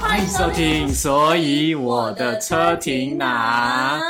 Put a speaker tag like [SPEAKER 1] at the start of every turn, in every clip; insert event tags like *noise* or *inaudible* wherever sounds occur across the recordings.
[SPEAKER 1] 欢迎收听，所以我的车停哪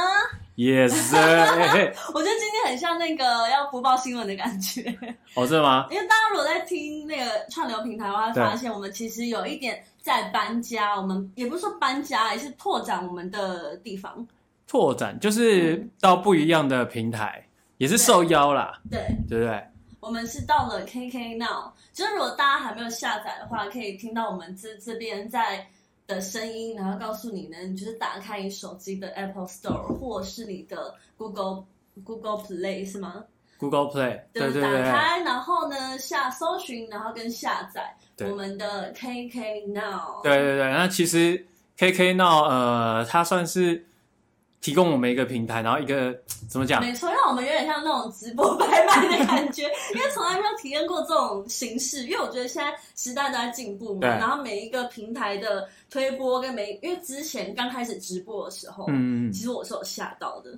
[SPEAKER 1] ？Yes，sir 哎嘿嘿
[SPEAKER 2] 我觉得今天很像那个要播报新闻的感觉， *laughs*
[SPEAKER 1] 哦，是吗？
[SPEAKER 2] 因为大家如果在听那个串流平台的话，会
[SPEAKER 1] 对
[SPEAKER 2] 发现我们其实有一点在搬家，我们也不是说搬家，也是拓展我们的地方。
[SPEAKER 1] 拓展就是到不一样的平台，也是受邀啦，
[SPEAKER 2] 对，
[SPEAKER 1] 对不对？
[SPEAKER 2] 我们是到了 KK Now，就是如果大家还没有下载的话，可以听到我们这这边在的声音，然后告诉你呢，你就是打开你手机的 Apple
[SPEAKER 1] 嗯
[SPEAKER 2] Store 或是你的 Google Google Play 是吗？
[SPEAKER 1] Google Play，对对
[SPEAKER 2] 打
[SPEAKER 1] 对，
[SPEAKER 2] 开，然后呢下搜寻，然后跟下载
[SPEAKER 1] 对
[SPEAKER 2] 我们的 KK Now。
[SPEAKER 1] 对对对。那其实 KK Now，呃，它算是提供我们一个平台，然后一个怎么讲？嗯
[SPEAKER 2] 没错，让我们有点像那种直播拍卖的
[SPEAKER 1] *laughs*
[SPEAKER 2] 感觉，因为从来没有体验过这种形式。因为我觉得现在时代都在进步嘛，
[SPEAKER 1] 对
[SPEAKER 2] 然后每一个平台的推播跟每，因为之前刚开始直播的时候，
[SPEAKER 1] 嗯，嗯嗯
[SPEAKER 2] 其实我是有吓到的，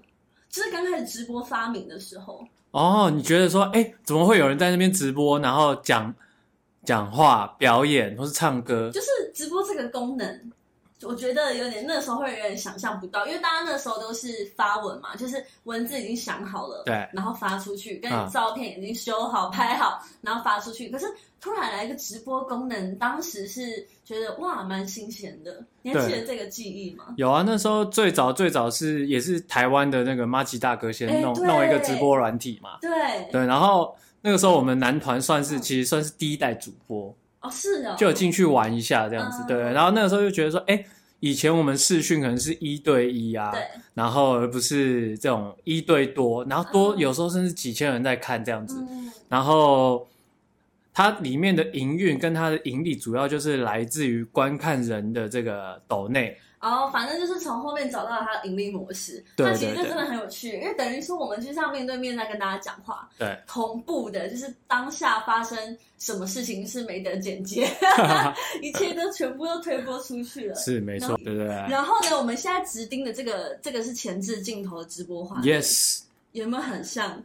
[SPEAKER 2] 就是刚开始直播发明的时候，
[SPEAKER 1] 哦，你觉得说，哎，怎么会有人在那边直播，然后讲讲话、表演或是唱歌？
[SPEAKER 2] 就是直播这个功能，我觉得有点那时候会有点想象不到，因为大家那时候都是发文嘛，就是文字已经想好了，
[SPEAKER 1] 对
[SPEAKER 2] 然后发出去，跟
[SPEAKER 1] 嗯
[SPEAKER 2] 照片已经修好、拍好，然后发出去。可是突然来一个直播功能，当时是觉得哇，蛮新鲜的。你还记
[SPEAKER 1] 对
[SPEAKER 2] 得这个记忆吗？
[SPEAKER 1] 有啊，那时候最早最早是也是台湾的那个马吉大哥先
[SPEAKER 2] 哎
[SPEAKER 1] 弄、
[SPEAKER 2] 对
[SPEAKER 1] 弄一个直播软体嘛，
[SPEAKER 2] 对，
[SPEAKER 1] 对，然后那个时候我们男团算
[SPEAKER 2] 嗯
[SPEAKER 1] 是、其实算是第一代主播，
[SPEAKER 2] 哦，是哦，
[SPEAKER 1] 就有进去玩一下这样子，
[SPEAKER 2] 嗯
[SPEAKER 1] 对，然后那个时候就觉得说，哎、以前我们视讯可能是一对一啊，
[SPEAKER 2] 对
[SPEAKER 1] 然后而不是这种一对多，然后多、
[SPEAKER 2] 嗯
[SPEAKER 1] 有时候甚至几千人在看这样子，
[SPEAKER 2] 嗯，
[SPEAKER 1] 然后它里面的营运跟它的盈利主要就是来自于观看人的这个抖内，
[SPEAKER 2] 然后哦反正就是从后面找到它的盈利模式，
[SPEAKER 1] 对
[SPEAKER 2] 那其实
[SPEAKER 1] 对
[SPEAKER 2] 这
[SPEAKER 1] 对
[SPEAKER 2] 真的很有趣，因为等于说我们就像面对面在跟大家讲话，
[SPEAKER 1] 对，
[SPEAKER 2] 同步的，就是当下发生什么事情是没得剪接，
[SPEAKER 1] *laughs*
[SPEAKER 2] 一切都全部都推播出去了。
[SPEAKER 1] 是没错，对对对
[SPEAKER 2] 然后呢，我们现在直盯的这个这个是前置镜头的直播画面
[SPEAKER 1] ，yes。
[SPEAKER 2] 有没有很像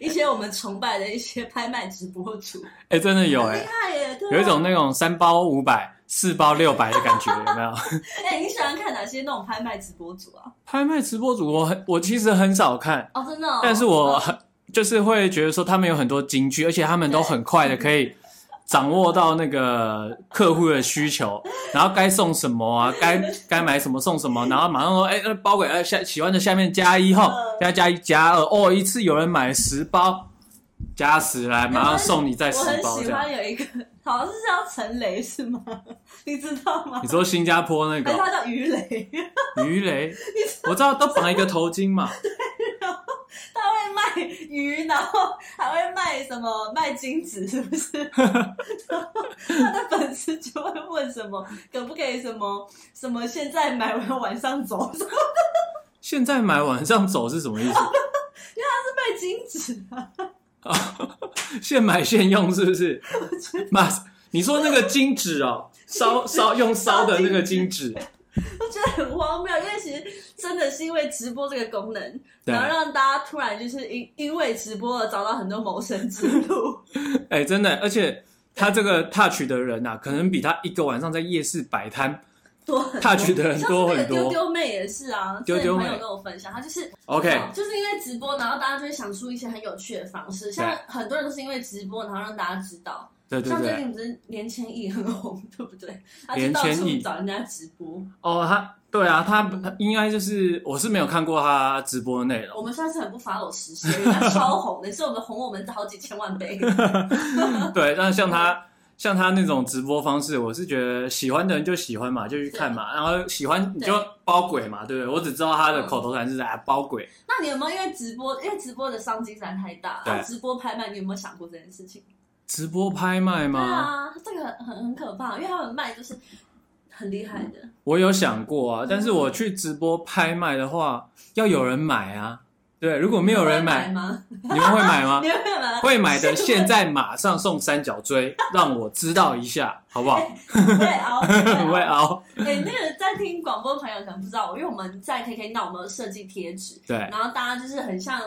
[SPEAKER 2] 一些我们崇拜的一些拍卖直播主？
[SPEAKER 1] 哎、真的有
[SPEAKER 2] 很
[SPEAKER 1] 哎、
[SPEAKER 2] 厉害耶！对啊
[SPEAKER 1] 有一种那种三包五百、四包六百的感觉，有没 *laughs* 有？
[SPEAKER 2] 哎，你喜欢看哪些那种拍卖直播主啊？
[SPEAKER 1] 拍卖直播主，我很我其实很少看，
[SPEAKER 2] 哦，真的哦、
[SPEAKER 1] 但是我
[SPEAKER 2] 嗯
[SPEAKER 1] 很就是会觉得说他们有很多金句，而且他们都很快的可以掌握到那个客户的需求，然后该送什么啊，该该买什么送什么，然后马上说，哎、那包给呃下喜欢的下面加一
[SPEAKER 2] 嗯
[SPEAKER 1] 号，加加一加二，哦，一次有人买十包，加十来，马上送你再
[SPEAKER 2] 我
[SPEAKER 1] 十
[SPEAKER 2] 很
[SPEAKER 1] 包这
[SPEAKER 2] 喜
[SPEAKER 1] 样。
[SPEAKER 2] 欢有一个，好像是叫陈雷是吗？ *laughs* 你知道吗
[SPEAKER 1] 你？说新加坡那
[SPEAKER 2] 还
[SPEAKER 1] *laughs*
[SPEAKER 2] 是
[SPEAKER 1] 个
[SPEAKER 2] 他叫鱼雷？
[SPEAKER 1] 鱼雷，我知道都绑一个头巾嘛，
[SPEAKER 2] 他会卖鱼，然后还会卖什么卖金子，是
[SPEAKER 1] *laughs*
[SPEAKER 2] 不是？然后他的粉丝就会问什么，可不可以什么什么现在买，我要晚上走，是
[SPEAKER 1] 现在买晚上走是什么意思？
[SPEAKER 2] 卖金子啊？
[SPEAKER 1] 现买现用是不是？妈，你说那个金纸哦，烧烧用烧的那个金纸，
[SPEAKER 2] 我觉得很荒谬，因为其实真的是因为直播这个功能，
[SPEAKER 1] 对
[SPEAKER 2] 然后让大家突然就是因因为直播而找到很多谋生之
[SPEAKER 1] *laughs*
[SPEAKER 2] 路。
[SPEAKER 1] 哎、真的，而且他这个 touch 的人呐、啊，可能比他一个晚上在夜市摆摊
[SPEAKER 2] 多很
[SPEAKER 1] touch 的人
[SPEAKER 2] 像
[SPEAKER 1] 多
[SPEAKER 2] 是那个
[SPEAKER 1] 很
[SPEAKER 2] 丢
[SPEAKER 1] 多。
[SPEAKER 2] 丢妹也是啊，
[SPEAKER 1] 丢丢妹
[SPEAKER 2] 之前朋友跟我分享，她就是
[SPEAKER 1] OK，
[SPEAKER 2] 哦就是因为直播，然后大家就会想出一些很有趣的方式，像很多人都是因为直播，然后让大家知道，
[SPEAKER 1] 对对
[SPEAKER 2] 像最
[SPEAKER 1] 对，
[SPEAKER 2] 近不是连千亿很红，对不对？他就
[SPEAKER 1] 连
[SPEAKER 2] 到
[SPEAKER 1] 千
[SPEAKER 2] 处
[SPEAKER 1] 亿
[SPEAKER 2] 找人家直播，
[SPEAKER 1] 哦，他对啊，他他应该就是我是没有看过他直播的内容，
[SPEAKER 2] 我们算是很不法老实现，人家超红的，是我们红我们好几千
[SPEAKER 1] *laughs*
[SPEAKER 2] 万倍。
[SPEAKER 1] 对，但像他。像他那种直播方式，我是觉得喜欢的人就喜欢嘛，就去看嘛，然后喜欢你就
[SPEAKER 2] 对嗯
[SPEAKER 1] 包鬼嘛，对不对？我只知道他的口头禅是啊包鬼，
[SPEAKER 2] 那你有没有因为直播，因为直播的商机实在太大，
[SPEAKER 1] 对
[SPEAKER 2] 然后直播拍卖，你有没有想过这件事情？
[SPEAKER 1] 直播拍卖
[SPEAKER 2] 对
[SPEAKER 1] *laughs* 吗？
[SPEAKER 2] 啊，这个很很很可怕，因为他们卖就是很厉害的。嗯
[SPEAKER 1] 我有想过啊，但是我去直播拍卖的话，要有人买啊，对，如果没有人
[SPEAKER 2] 买
[SPEAKER 1] 买，
[SPEAKER 2] 吗？
[SPEAKER 1] 你们会买吗
[SPEAKER 2] 你？会买吗？
[SPEAKER 1] 会买的，
[SPEAKER 2] *laughs*
[SPEAKER 1] 现在马上送三角锥，让我知道一下，好不
[SPEAKER 2] *laughs*
[SPEAKER 1] 好？
[SPEAKER 2] 会
[SPEAKER 1] *laughs*
[SPEAKER 2] 熬，
[SPEAKER 1] 不会。熬，
[SPEAKER 2] 哎，那个在听广播的朋友可能不知道，因为我们在 KK 那我们有设计贴纸，
[SPEAKER 1] 对
[SPEAKER 2] 然后大家就是很像，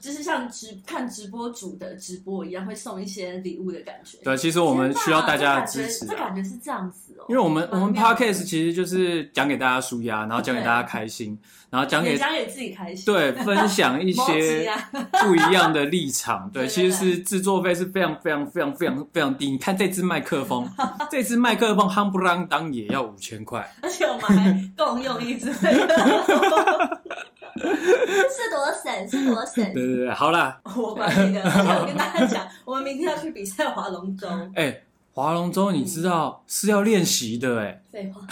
[SPEAKER 2] 就是像直看直播主的直播一样，会送一些礼物的感觉。
[SPEAKER 1] 对，其实我们需要大家的支持
[SPEAKER 2] 天哪这
[SPEAKER 1] 啊。
[SPEAKER 2] 感觉这感觉是这样子哦，
[SPEAKER 1] 因为我们我们
[SPEAKER 2] 蛮妙的
[SPEAKER 1] podcast 其实就是讲给大家舒压，然后讲给大家开心，然后讲
[SPEAKER 2] 也
[SPEAKER 1] 给
[SPEAKER 2] 讲给自己开心，
[SPEAKER 1] 对分享一
[SPEAKER 2] 摩
[SPEAKER 1] 些
[SPEAKER 2] 羯啊，
[SPEAKER 1] 不一样的立场，对，
[SPEAKER 2] 对对
[SPEAKER 1] 其实是制作费是非常非常非常非常非常低。你看这支麦克风，这支麦克风夯不啷当也要五千块，
[SPEAKER 2] 而且我们还共用一支，是多省，是多省
[SPEAKER 1] 对。对对，好啦，
[SPEAKER 2] 我管你的，而且我跟大家讲，我们明天要去比赛划龙舟。
[SPEAKER 1] 哎、划龙舟你知道是要练习的、哎，
[SPEAKER 2] 废
[SPEAKER 1] *laughs*
[SPEAKER 2] 话，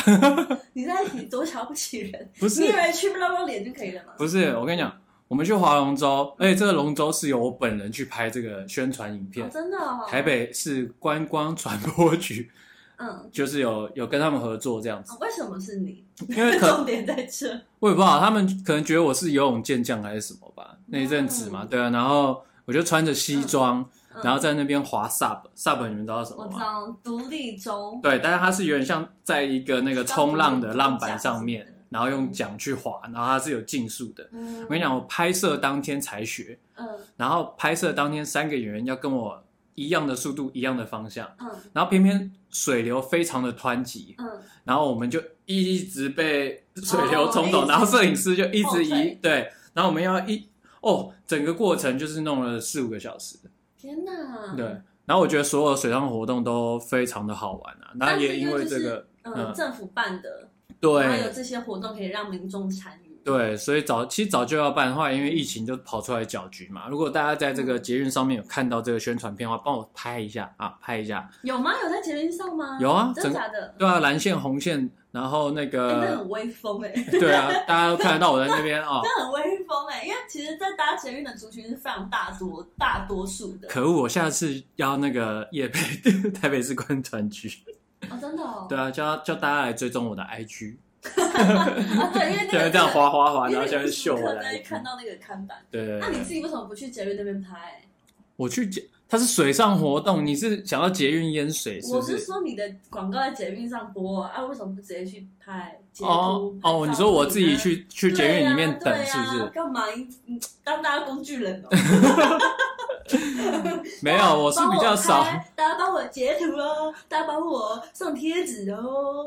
[SPEAKER 2] 你在你多瞧不起人？
[SPEAKER 1] 不
[SPEAKER 2] 你以
[SPEAKER 1] 是
[SPEAKER 2] 为去不捞捞脸就可以了吗？
[SPEAKER 1] 不是，我跟你讲，我们去划龙舟，而且这个龙舟是由我本人去拍这个宣传影
[SPEAKER 2] 哦
[SPEAKER 1] 片，
[SPEAKER 2] 真的哦。
[SPEAKER 1] 台北市观光传播局
[SPEAKER 2] 嗯，哦
[SPEAKER 1] 就是有有跟他们合作这样子，
[SPEAKER 2] 为什么是你？
[SPEAKER 1] 因为可
[SPEAKER 2] *laughs* 重点在这。
[SPEAKER 1] 我也不知道，他们可能觉得我是游泳健将还是什么吧，那一阵子嘛，对啊，然后我就穿着西装，
[SPEAKER 2] 嗯
[SPEAKER 1] 然后在那边滑 sub，sub 你们知道什么
[SPEAKER 2] 我知
[SPEAKER 1] 吗？
[SPEAKER 2] 道独立舟，
[SPEAKER 1] 对，但是它是有点像在一个那个冲浪的浪板上
[SPEAKER 2] 像独立
[SPEAKER 1] 面
[SPEAKER 2] 桨，
[SPEAKER 1] 然后用桨去滑，然后它是有竞速的。
[SPEAKER 2] 嗯，
[SPEAKER 1] 我跟你讲，我拍摄当天才学，
[SPEAKER 2] 嗯
[SPEAKER 1] 然后拍摄当天三个演员要跟我一样的速度，一样的方向，
[SPEAKER 2] 嗯
[SPEAKER 1] 然后偏偏水流非常的湍急，
[SPEAKER 2] 嗯，
[SPEAKER 1] 然后我们就一直被水流冲走，
[SPEAKER 2] 哦
[SPEAKER 1] 然后摄影师就一直
[SPEAKER 2] 后退
[SPEAKER 1] 移对，然后我们要一哦，整个过程就是弄了四五个小时，
[SPEAKER 2] 天哪，
[SPEAKER 1] 对。然后我觉得所有水上活动都非常的好玩啊，然
[SPEAKER 2] 但
[SPEAKER 1] 后
[SPEAKER 2] 是
[SPEAKER 1] 也因为这个，
[SPEAKER 2] 嗯，
[SPEAKER 1] 嗯
[SPEAKER 2] 政府办的，然后有
[SPEAKER 1] 对
[SPEAKER 2] 这些活动可以让民众参与，
[SPEAKER 1] 对，所以早其实早就要办的话，因为疫情就跑出来搅局嘛。如果大家在这
[SPEAKER 2] 嗯
[SPEAKER 1] 个捷运上面有看到这个宣传片的话，帮我拍一下啊，拍一下。
[SPEAKER 2] 有吗？有在捷运上吗？
[SPEAKER 1] 有啊
[SPEAKER 2] 真
[SPEAKER 1] 整
[SPEAKER 2] 的假的？
[SPEAKER 1] 对啊，蓝线、红线，然后那
[SPEAKER 2] 嗯哎那
[SPEAKER 1] 个，
[SPEAKER 2] 很威风
[SPEAKER 1] *laughs*
[SPEAKER 2] 哎， *laughs*
[SPEAKER 1] 对啊，大家都看得到我在那边啊、
[SPEAKER 2] 那很威风哎，因为其实，在搭捷运的族群是非常大多大多数的，
[SPEAKER 1] 可恶！我下次要那个夜配 *laughs* 台北市观团局，
[SPEAKER 2] 哦，真的哦，
[SPEAKER 1] 对啊，叫叫大家来追踪我的 IG，
[SPEAKER 2] 啊对，因为那
[SPEAKER 1] 就
[SPEAKER 2] 个
[SPEAKER 1] 是这样滑滑滑，
[SPEAKER 2] 因
[SPEAKER 1] 然
[SPEAKER 2] 为
[SPEAKER 1] 后
[SPEAKER 2] 你
[SPEAKER 1] 下面
[SPEAKER 2] 时
[SPEAKER 1] 秀
[SPEAKER 2] 不
[SPEAKER 1] 我
[SPEAKER 2] 刻
[SPEAKER 1] 的
[SPEAKER 2] 在
[SPEAKER 1] IG
[SPEAKER 2] 看。到那个看板，
[SPEAKER 1] 对对
[SPEAKER 2] 那
[SPEAKER 1] 对，
[SPEAKER 2] 你自己为什么不去捷运那边拍？
[SPEAKER 1] 我去捷，它是水上活动，你是想要捷运淹水是
[SPEAKER 2] 我
[SPEAKER 1] 不
[SPEAKER 2] 是
[SPEAKER 1] 是？
[SPEAKER 2] 说你的广告在捷运上播啊，啊为什么不直接去拍截
[SPEAKER 1] 哦
[SPEAKER 2] 图？拍
[SPEAKER 1] 哦，
[SPEAKER 2] 照
[SPEAKER 1] 你说我自己
[SPEAKER 2] 片呢
[SPEAKER 1] 去去捷运里面
[SPEAKER 2] 啊对
[SPEAKER 1] 等
[SPEAKER 2] 啊
[SPEAKER 1] 是不
[SPEAKER 2] 对啊
[SPEAKER 1] 是？
[SPEAKER 2] 干嘛？你你当大家工具人哦？
[SPEAKER 1] *laughs* 没
[SPEAKER 2] *laughs*
[SPEAKER 1] 有，我是比较少
[SPEAKER 2] 帮我，拍大家帮我截图哦，大家帮我送贴纸哦。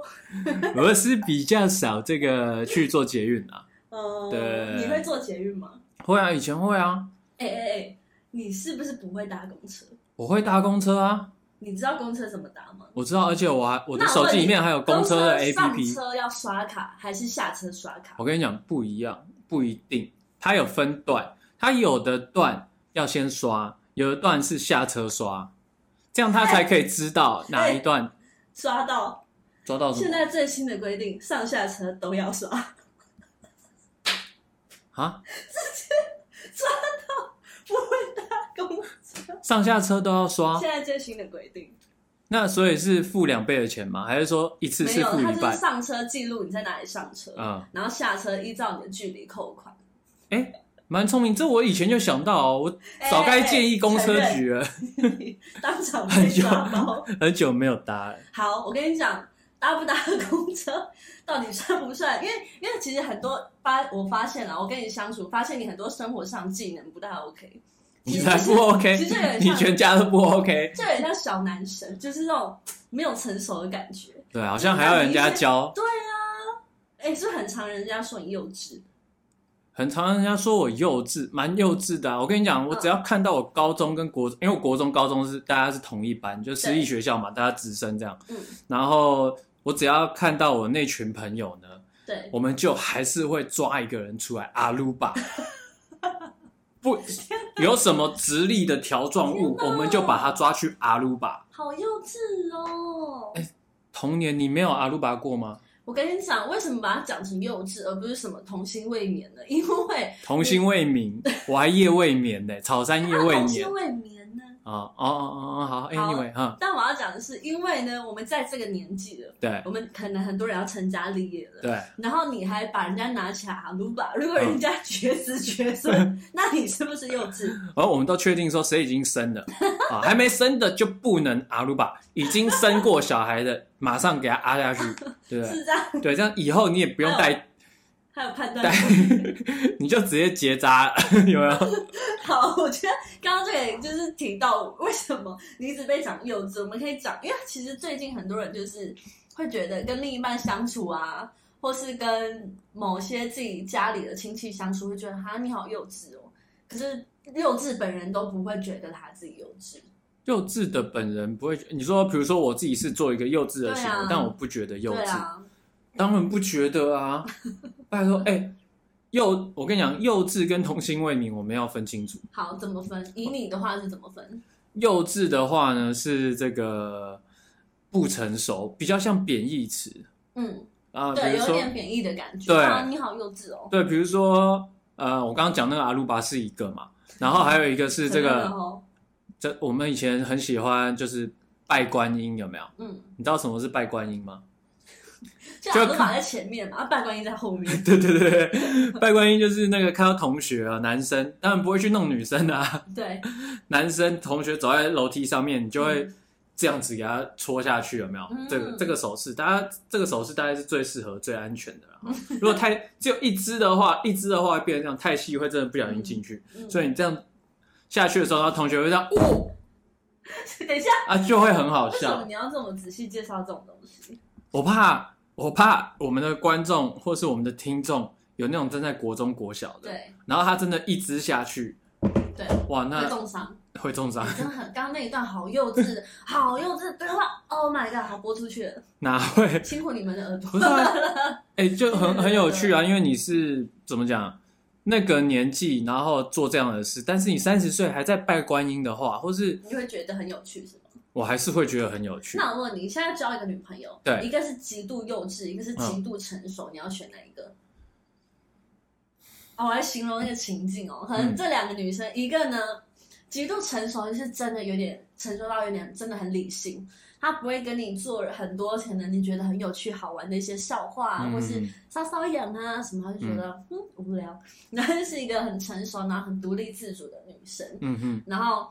[SPEAKER 1] 我是比较少这个去做捷运啊。
[SPEAKER 2] 嗯，
[SPEAKER 1] 对
[SPEAKER 2] 你会坐捷运吗？
[SPEAKER 1] 会啊，以前会啊，
[SPEAKER 2] 哎哎哎，你是不是不会搭公车？
[SPEAKER 1] 我会搭公车啊，
[SPEAKER 2] 你知道公车怎么搭吗？
[SPEAKER 1] 我知道，而且我还我的
[SPEAKER 2] 那我
[SPEAKER 1] 手
[SPEAKER 2] 问
[SPEAKER 1] 机里
[SPEAKER 2] 你
[SPEAKER 1] 面还有公车的 APP。
[SPEAKER 2] 上车要刷卡还是下车刷卡？
[SPEAKER 1] 我跟你讲，不一样，不一定，它有分段，它有的段要先刷，有的段是下车刷，这样它才可以知道哪一段
[SPEAKER 2] 刷到
[SPEAKER 1] 抓到什
[SPEAKER 2] 现
[SPEAKER 1] 么
[SPEAKER 2] 在最新的规定，上下车都要刷。
[SPEAKER 1] 啊，
[SPEAKER 2] 不会搭公车。
[SPEAKER 1] 上下车都要刷
[SPEAKER 2] 现，在最新的规定，
[SPEAKER 1] 那所以是付两倍的钱吗？还是说一次
[SPEAKER 2] 没
[SPEAKER 1] 是
[SPEAKER 2] 有，
[SPEAKER 1] 付
[SPEAKER 2] 它
[SPEAKER 1] 一
[SPEAKER 2] 就是
[SPEAKER 1] 半？
[SPEAKER 2] 上车记录你在哪里上车，
[SPEAKER 1] 嗯
[SPEAKER 2] 然后下车依照你的距离扣款。
[SPEAKER 1] 蛮聪明，这我以前就想到、哦，我早该建议公车局了，
[SPEAKER 2] 哎，哎哎当场被抓包。
[SPEAKER 1] 很久没有搭了。
[SPEAKER 2] 好，我跟你讲，搭不搭公车到底算不算？因为因为其实很多发我发现了，我跟你相处，发现你很多生活上技能不大 OK。
[SPEAKER 1] 你才不 OK，
[SPEAKER 2] 其实有点
[SPEAKER 1] 你
[SPEAKER 2] 像，
[SPEAKER 1] 全家都不 OK，
[SPEAKER 2] 就有点像小男生，就是那种没有成熟的感觉。
[SPEAKER 1] 对，好像还要人家教，
[SPEAKER 2] 对啊，哎、是不是很常人家说你幼稚？
[SPEAKER 1] 很常人家说我幼稚，蛮幼稚
[SPEAKER 2] 嗯
[SPEAKER 1] 的、啊。我跟你讲，我只要看到我高中跟国，因为我国中、高中是大家是同一班，就私立学校嘛，大家直升这样。
[SPEAKER 2] 嗯，
[SPEAKER 1] 然后我只要看到我那群朋友呢，
[SPEAKER 2] 对，
[SPEAKER 1] 我们就还是会抓一个人出来阿鲁
[SPEAKER 2] *laughs*
[SPEAKER 1] 巴，不有什么直立的条状物，
[SPEAKER 2] 天
[SPEAKER 1] 我
[SPEAKER 2] 哪
[SPEAKER 1] 们就把他抓去阿鲁巴。
[SPEAKER 2] 好幼稚哦！
[SPEAKER 1] 童年你没有阿鲁巴过吗？
[SPEAKER 2] 我跟你讲，为什么把它讲成幼稚，而不是什么童心未泯呢？因为 *laughs*
[SPEAKER 1] 童心未泯，我还夜未眠呢、草山夜
[SPEAKER 2] 他
[SPEAKER 1] 未
[SPEAKER 2] 童
[SPEAKER 1] 眠
[SPEAKER 2] 心未泯呢，
[SPEAKER 1] 哦哦哦哦，好
[SPEAKER 2] 好
[SPEAKER 1] ，Anyway，哈，
[SPEAKER 2] 但我要讲的是，因为呢，我们在这个年纪了，
[SPEAKER 1] 对
[SPEAKER 2] 我们可能很多人要成家立业了。
[SPEAKER 1] 对，嗯
[SPEAKER 2] 然后你还把人家拿起来哈鲁吧，如果人家绝子绝孙，
[SPEAKER 1] *laughs*
[SPEAKER 2] 那你是不是幼稚？
[SPEAKER 1] 然后我们都确定说谁已经生了啊，还没生的就不能阿鲁巴，已经生过小孩的马上给他阿下去，对不
[SPEAKER 2] 是哦这样，
[SPEAKER 1] 对？对，这样以后你也不用带
[SPEAKER 2] 还有判断
[SPEAKER 1] 带 *laughs*
[SPEAKER 2] 力。，
[SPEAKER 1] 你就直接结扎了， *laughs* 有没有？
[SPEAKER 2] 好，我觉得刚刚这个也就是提到为什么你一直被讲幼稚，我们可以讲，因为其实最近很多人就是会觉得跟另一半相处啊，或是跟某些自己家里的亲戚相处，会觉得哈你好幼稚哦。可是幼稚本人都不会觉得他自己幼稚，
[SPEAKER 1] 幼稚的本人不会，你说，比如说我自己是做一个幼稚的行为，
[SPEAKER 2] 对啊
[SPEAKER 1] 但我不觉得幼
[SPEAKER 2] 对
[SPEAKER 1] 稚，
[SPEAKER 2] 啊，
[SPEAKER 1] 当然不觉得啊。拜托，哎、幼，我跟你讲，幼稚跟童心未泯，我们要分清楚。
[SPEAKER 2] 好，怎么分？以你的话是怎么分？
[SPEAKER 1] 幼稚的话呢，是这个不成熟，比较像贬义词
[SPEAKER 2] 嗯，
[SPEAKER 1] 啊、比
[SPEAKER 2] 对，
[SPEAKER 1] 如
[SPEAKER 2] 有
[SPEAKER 1] 说，
[SPEAKER 2] 点贬义的感觉。
[SPEAKER 1] 对
[SPEAKER 2] 啊，你好幼稚哦。
[SPEAKER 1] 对，比如说，呃，我刚刚讲那个阿鲁巴是一个嘛，然后还有一个是这
[SPEAKER 2] 可能
[SPEAKER 1] 个，
[SPEAKER 2] 哦，
[SPEAKER 1] 这我们以前很喜欢就是拜观音，有没有？
[SPEAKER 2] 嗯，
[SPEAKER 1] 你知道什么是拜观音吗？ *laughs*
[SPEAKER 2] 就
[SPEAKER 1] 就
[SPEAKER 2] 耳朵摆在前面嘛，啊拜观音在后面。
[SPEAKER 1] 对对对对，拜观音就是那个看到同学啊，男生当然不会去弄女生啊， *laughs*
[SPEAKER 2] 对，
[SPEAKER 1] 男生同学走在楼梯上面，你就会这样子给他戳下去，有没有？
[SPEAKER 2] 嗯
[SPEAKER 1] 这个这个手势，大家这个手势大概是最适合、最安全
[SPEAKER 2] *laughs*
[SPEAKER 1] 的啦。如果太只有一只的话，一只的话会变成这样太细，会真的不小心进去。
[SPEAKER 2] 嗯
[SPEAKER 1] 所以你这样下去的时候，他同学会这样哦
[SPEAKER 2] *laughs* 等一下，
[SPEAKER 1] 啊，就会很好
[SPEAKER 2] 为什么
[SPEAKER 1] 笑。
[SPEAKER 2] 你要这么仔细介绍这种东西？
[SPEAKER 1] 我怕我怕我们的观众或是我们的听众有那种正在国中、国小的。
[SPEAKER 2] 对
[SPEAKER 1] 然后他真的一只下去，
[SPEAKER 2] 对，
[SPEAKER 1] 哇，
[SPEAKER 2] 会
[SPEAKER 1] 那
[SPEAKER 2] 冻伤，
[SPEAKER 1] 会重伤，
[SPEAKER 2] 真的很。刚刚那一段好幼稚，好幼稚对话。Oh my god，好播出去了，
[SPEAKER 1] *laughs* 哪会？
[SPEAKER 2] 辛苦你们的耳朵
[SPEAKER 1] 不。是啊，
[SPEAKER 2] *laughs*
[SPEAKER 1] 哎、就很很有趣啊，因为你是怎么讲，那个年纪，然后做这样的事，但是你三十岁还在拜观音的话，或是
[SPEAKER 2] 你会觉得很有趣是吗？
[SPEAKER 1] 我还是会觉得很有趣。
[SPEAKER 2] 那我问你，你现在交一个女朋友，
[SPEAKER 1] 对嗯
[SPEAKER 2] 一个是极度幼稚，一个是极度成熟，你要选哪一个？哦，我来形容那个情境哦，可能
[SPEAKER 1] 嗯
[SPEAKER 2] 这两个女生，一个呢极度成熟，就是真的有点成熟到有点真的很理性，她不会跟你做很多可能你觉得很有趣好玩的一些笑话啊，或是
[SPEAKER 1] 嗯，
[SPEAKER 2] 搔搔痒啊什么，她就觉得嗯无聊。 *laughs* 然后就是一个很成熟，然后很独立自主的女生，
[SPEAKER 1] 嗯哼，
[SPEAKER 2] 然后，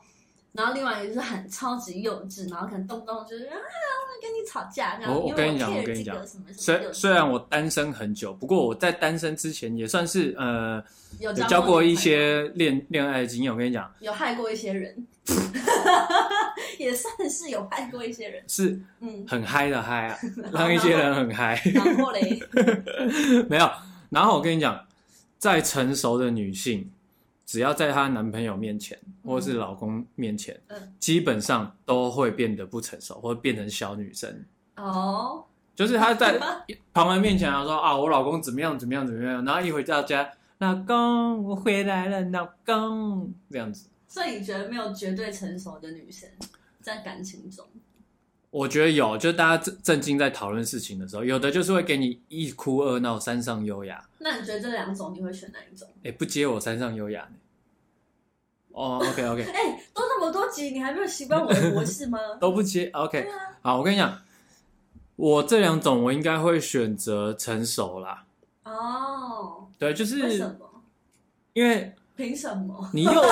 [SPEAKER 2] 然后另外一个就是很超级幼稚，然后可能动不动就是啊，我跟你吵架，然后
[SPEAKER 1] 我哦我
[SPEAKER 2] 因为
[SPEAKER 1] 跟你讲
[SPEAKER 2] care
[SPEAKER 1] 我跟你
[SPEAKER 2] 这个
[SPEAKER 1] 讲
[SPEAKER 2] 什么什么
[SPEAKER 1] 虽
[SPEAKER 2] 幼稚
[SPEAKER 1] 虽然我单身很久，不过我在单身之前也算是呃
[SPEAKER 2] 有
[SPEAKER 1] 有
[SPEAKER 2] 交
[SPEAKER 1] 交过
[SPEAKER 2] 女
[SPEAKER 1] 一
[SPEAKER 2] 朋友，
[SPEAKER 1] 些恋恋爱经验。我跟你讲，
[SPEAKER 2] 有害过一些人， *laughs* 也算是有害过一些人，
[SPEAKER 1] 是
[SPEAKER 2] 嗯，
[SPEAKER 1] 很嗨的嗨啊，让一些人很嗨。 *laughs*
[SPEAKER 2] 然后嘞，
[SPEAKER 1] 没有。然后我跟你讲，再成熟的女性，只要在她男朋友面前或是老公面前，
[SPEAKER 2] 嗯
[SPEAKER 1] 基本上都会变得不成熟，或者变成小女生。
[SPEAKER 2] 哦，
[SPEAKER 1] 就是她
[SPEAKER 2] *laughs*
[SPEAKER 1] 在旁人面前啊说啊，我老公怎么样怎么样怎么样，然后一回到家，老公我回来了，老公这样子，
[SPEAKER 2] 所以你觉得没有绝对成熟的女生在感情中，
[SPEAKER 1] 我觉得有，就大家正正经在讨论事情的时候，有的就是会给你一哭二闹三上优雅，
[SPEAKER 2] 那你觉得这两种你会选哪一种？
[SPEAKER 1] 哎、不接我三上优雅呢。哦，OK OK，
[SPEAKER 2] *laughs* 哎，都那么多集，你还没有习惯我的模式吗？
[SPEAKER 1] *laughs* 都不接。OK，、
[SPEAKER 2] 对啊
[SPEAKER 1] 好，我跟你讲，我这两种我应该会选择成熟啦。
[SPEAKER 2] 哦，
[SPEAKER 1] 对，就
[SPEAKER 2] 为什
[SPEAKER 1] 是
[SPEAKER 2] 么？
[SPEAKER 1] 因为
[SPEAKER 2] 凭什 *laughs* 么？
[SPEAKER 1] 你幼幼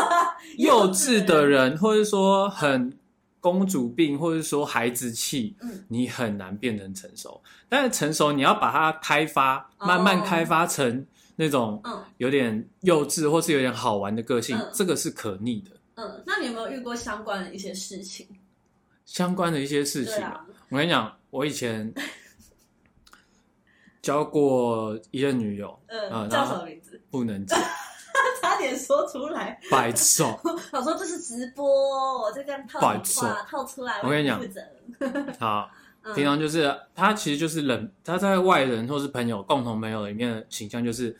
[SPEAKER 2] 幼
[SPEAKER 1] 稚
[SPEAKER 2] 稚
[SPEAKER 1] 的人，或者说很公主病，或者说孩子气，
[SPEAKER 2] 嗯
[SPEAKER 1] 你很难变成成熟。但是成熟，你要把它开发，
[SPEAKER 2] 哦
[SPEAKER 1] 慢慢开发成那种
[SPEAKER 2] 嗯。
[SPEAKER 1] 有点幼稚或是有点好玩的个性，
[SPEAKER 2] 嗯
[SPEAKER 1] 这个是可逆的。
[SPEAKER 2] 嗯，那你有没有遇过相关的一些事情？
[SPEAKER 1] 相关的一些事
[SPEAKER 2] 对
[SPEAKER 1] 情啊，
[SPEAKER 2] 啊，
[SPEAKER 1] 我跟你讲，我以
[SPEAKER 2] *laughs*
[SPEAKER 1] 前交过一任女友，嗯
[SPEAKER 2] 嗯，
[SPEAKER 1] 然
[SPEAKER 2] 叫
[SPEAKER 1] 后
[SPEAKER 2] 什么名字？ *laughs*
[SPEAKER 1] 不能讲，
[SPEAKER 2] 差点说出来，
[SPEAKER 1] 白痴哦。
[SPEAKER 2] 我说这是直播哦，我在这样套
[SPEAKER 1] 不好
[SPEAKER 2] 你
[SPEAKER 1] 意思
[SPEAKER 2] 话
[SPEAKER 1] 哦
[SPEAKER 2] 套出来，
[SPEAKER 1] 我跟你
[SPEAKER 2] 也
[SPEAKER 1] 讲
[SPEAKER 2] 不负责，
[SPEAKER 1] 好，
[SPEAKER 2] 嗯
[SPEAKER 1] 平常就是他其实就是冷，他在外人或是朋友共同朋友里面的形象就是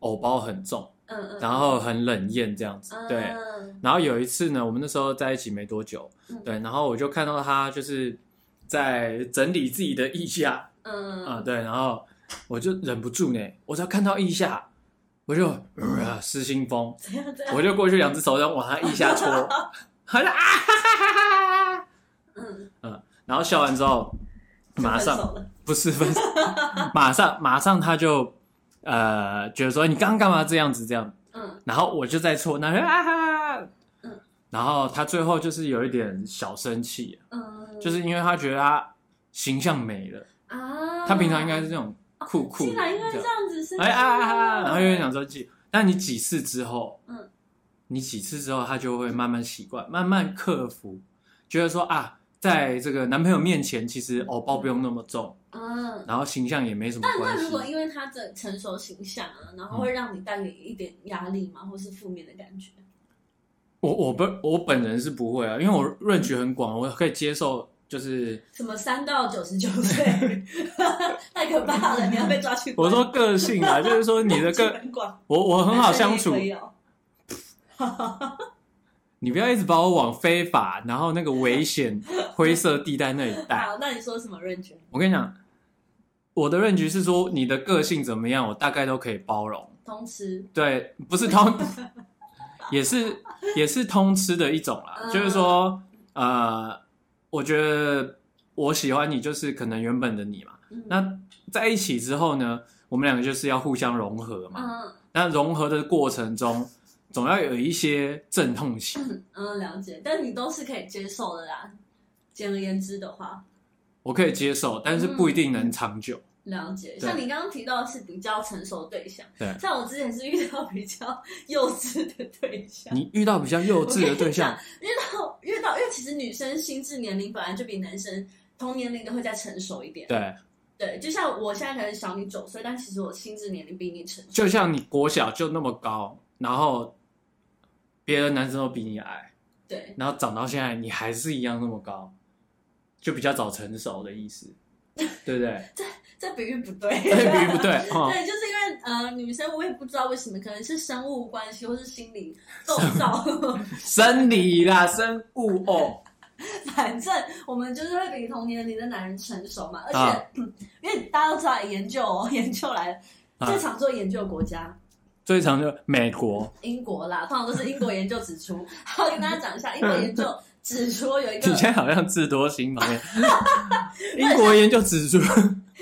[SPEAKER 1] 偶包很重，
[SPEAKER 2] 嗯嗯，
[SPEAKER 1] 然后很冷艳这样子，
[SPEAKER 2] 嗯
[SPEAKER 1] 对。然后有一次呢，我们那时候在一起没多久，
[SPEAKER 2] 嗯
[SPEAKER 1] 对，然后我就看到他就是在整理自己的腋下，
[SPEAKER 2] 嗯
[SPEAKER 1] 啊，对，然后我就忍不住呢，我只要看到腋下，我就、呃、失心疯，
[SPEAKER 2] 怎样怎样，
[SPEAKER 1] 我就过去两只手这样往他腋下戳，他就啊哈哈哈哈，
[SPEAKER 2] 嗯，
[SPEAKER 1] 然后笑完之后，马
[SPEAKER 2] 就分
[SPEAKER 1] 上
[SPEAKER 2] 手了
[SPEAKER 1] 不是 *laughs* 分手，马上马上他就呃觉得说你刚刚干嘛这样子这样，
[SPEAKER 2] 嗯
[SPEAKER 1] 然后我就在戳那啊哈哈
[SPEAKER 2] 嗯，
[SPEAKER 1] 然后他最后就是有一点小生气，啊
[SPEAKER 2] 嗯，
[SPEAKER 1] 就是因为他觉得他形象没了，
[SPEAKER 2] 啊，
[SPEAKER 1] 他平常应该是这种酷酷的
[SPEAKER 2] 竟然因为
[SPEAKER 1] 这
[SPEAKER 2] 这
[SPEAKER 1] 样，
[SPEAKER 2] 样子是
[SPEAKER 1] 哎啊啊啊，
[SPEAKER 2] 啊
[SPEAKER 1] 然后有点想说气，但你几次之后，
[SPEAKER 2] 嗯，
[SPEAKER 1] 你几次之后他就会慢慢习惯，慢慢克服，觉得说啊，在这个男朋友面前其实哦包不用那么重，
[SPEAKER 2] 嗯。
[SPEAKER 1] 然后形象也没什么
[SPEAKER 2] 但
[SPEAKER 1] 关
[SPEAKER 2] 那
[SPEAKER 1] 系
[SPEAKER 2] 如。果因为他的成熟形象啊，然
[SPEAKER 1] 嗯
[SPEAKER 2] 后会让你带给一点压力吗，或是负面的感觉？
[SPEAKER 1] 我我不我本人是不会啊，因为我
[SPEAKER 2] 嗯
[SPEAKER 1] 润局很广，我可以接受就是。
[SPEAKER 2] 什么三到九十九岁， *laughs* 太可怕了！你要被抓去关。
[SPEAKER 1] 我说个性啊，就是说你的
[SPEAKER 2] 去 *laughs*
[SPEAKER 1] 个，
[SPEAKER 2] 门管
[SPEAKER 1] 我我很好相处
[SPEAKER 2] 男生也可，以哦
[SPEAKER 1] 你不要一直把我往非法，然后那个危
[SPEAKER 2] *laughs*
[SPEAKER 1] 险灰色地带那里带。
[SPEAKER 2] 好，那你说什么润君？
[SPEAKER 1] 我跟你讲，我的认局是说你的个性怎么样，我大概都可以包容。
[SPEAKER 2] 通吃，
[SPEAKER 1] 对，不是
[SPEAKER 2] *laughs*
[SPEAKER 1] 通，也是也是通吃的一种啦。*laughs*
[SPEAKER 2] 嗯
[SPEAKER 1] 就是说，呃，我觉得我喜欢你，就是可能原本的你嘛。
[SPEAKER 2] 嗯
[SPEAKER 1] 那在一起之后呢，我们两个就是要互相融合嘛。
[SPEAKER 2] 嗯
[SPEAKER 1] 那融合的过程中，总要有一些阵痛期。
[SPEAKER 2] 嗯，了解，但你都是可以接受的啦。简而言之的话，
[SPEAKER 1] 我可以接受，但是不一定能长久。
[SPEAKER 2] 了解。
[SPEAKER 1] 对
[SPEAKER 2] 像你刚刚提到的是比较成熟的对象，
[SPEAKER 1] 对
[SPEAKER 2] 像我之前是遇到比较幼稚的对象，
[SPEAKER 1] 你遇到比较幼稚的对
[SPEAKER 2] *laughs*
[SPEAKER 1] 象，
[SPEAKER 2] 遇到遇到，因为其实女生心智年龄本来就比男生同年龄的会再成熟一点。
[SPEAKER 1] 对，
[SPEAKER 2] 对，就像我现在可能小你九岁，但其实我心智年龄比你成熟。
[SPEAKER 1] 就像你国小就那么高，然后别的男生都比你矮，
[SPEAKER 2] 对，
[SPEAKER 1] 然后长到现在你还是一样那么高，就比较早成熟的意思，对
[SPEAKER 2] *laughs*
[SPEAKER 1] 不对？
[SPEAKER 2] 这比喻不对，
[SPEAKER 1] 对比喻
[SPEAKER 2] *laughs*
[SPEAKER 1] 不对哦，
[SPEAKER 2] 对，就是因为呃，女生我也不知道为什么，可能是生物关系或是心理构造， *laughs*
[SPEAKER 1] 生理啦，生物哦，
[SPEAKER 2] 反正我们就是会比同年龄的男人成熟嘛。而且，
[SPEAKER 1] 啊
[SPEAKER 2] 嗯因为大家都知道研究哦， *laughs* 研究来了
[SPEAKER 1] 啊
[SPEAKER 2] 最常做研究的国家
[SPEAKER 1] 最常就美国
[SPEAKER 2] 英国啦，通常都是英国研究指出。 *laughs* 好，跟大家讲一下，英国研究指出有一
[SPEAKER 1] *laughs* 你
[SPEAKER 2] 个
[SPEAKER 1] 现，在好像智多星旁
[SPEAKER 2] *laughs*
[SPEAKER 1] 边，英国研究指出，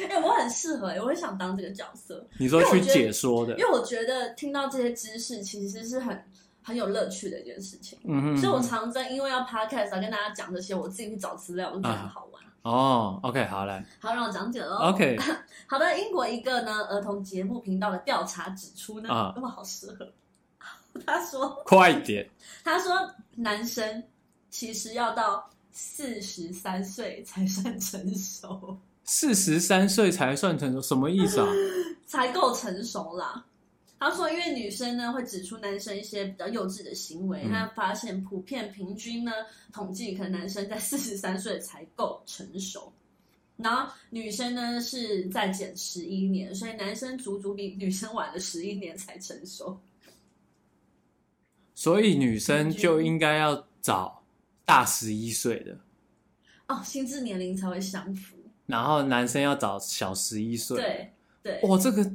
[SPEAKER 2] 哎、我很适合、哎我很想当这个角色。
[SPEAKER 1] 你说去解说的
[SPEAKER 2] 因，为我觉得听到这些知识其实是很很有乐趣的一件事情，
[SPEAKER 1] 嗯哼，
[SPEAKER 2] 所以我常在因为要 podcast 啊跟大家讲这些，我自己去找资
[SPEAKER 1] 啊
[SPEAKER 2] 料，我就觉得很好玩。
[SPEAKER 1] 哦，OK，好来
[SPEAKER 2] 好，让我讲解喽。 *laughs*
[SPEAKER 1] ，OK，
[SPEAKER 2] 好的，英国一个呢儿童节目频道的调查指出呢，
[SPEAKER 1] 啊
[SPEAKER 2] 那么好适合。他说，
[SPEAKER 1] 快一点，
[SPEAKER 2] 他说男生其实要到四十三岁才算成熟，
[SPEAKER 1] 四十三岁才算成熟，什么意思
[SPEAKER 2] *laughs*
[SPEAKER 1] 啊？
[SPEAKER 2] 才够成熟啦。他说，因为女生呢会指出男生一些比较幼稚的行为，
[SPEAKER 1] 嗯
[SPEAKER 2] 那、发现普遍平均呢统计，可能男生在 *laughs* 四十三岁才够成熟，然后女生呢是在减十一年，所以男生足足比女生晚了十一年才成熟。
[SPEAKER 1] 所以女生就应该要找大十一岁的，
[SPEAKER 2] 哦，心智年龄才会相符。
[SPEAKER 1] 然后男生要找小十一岁。，
[SPEAKER 2] 对对，
[SPEAKER 1] 哇，这
[SPEAKER 2] *laughs*
[SPEAKER 1] 个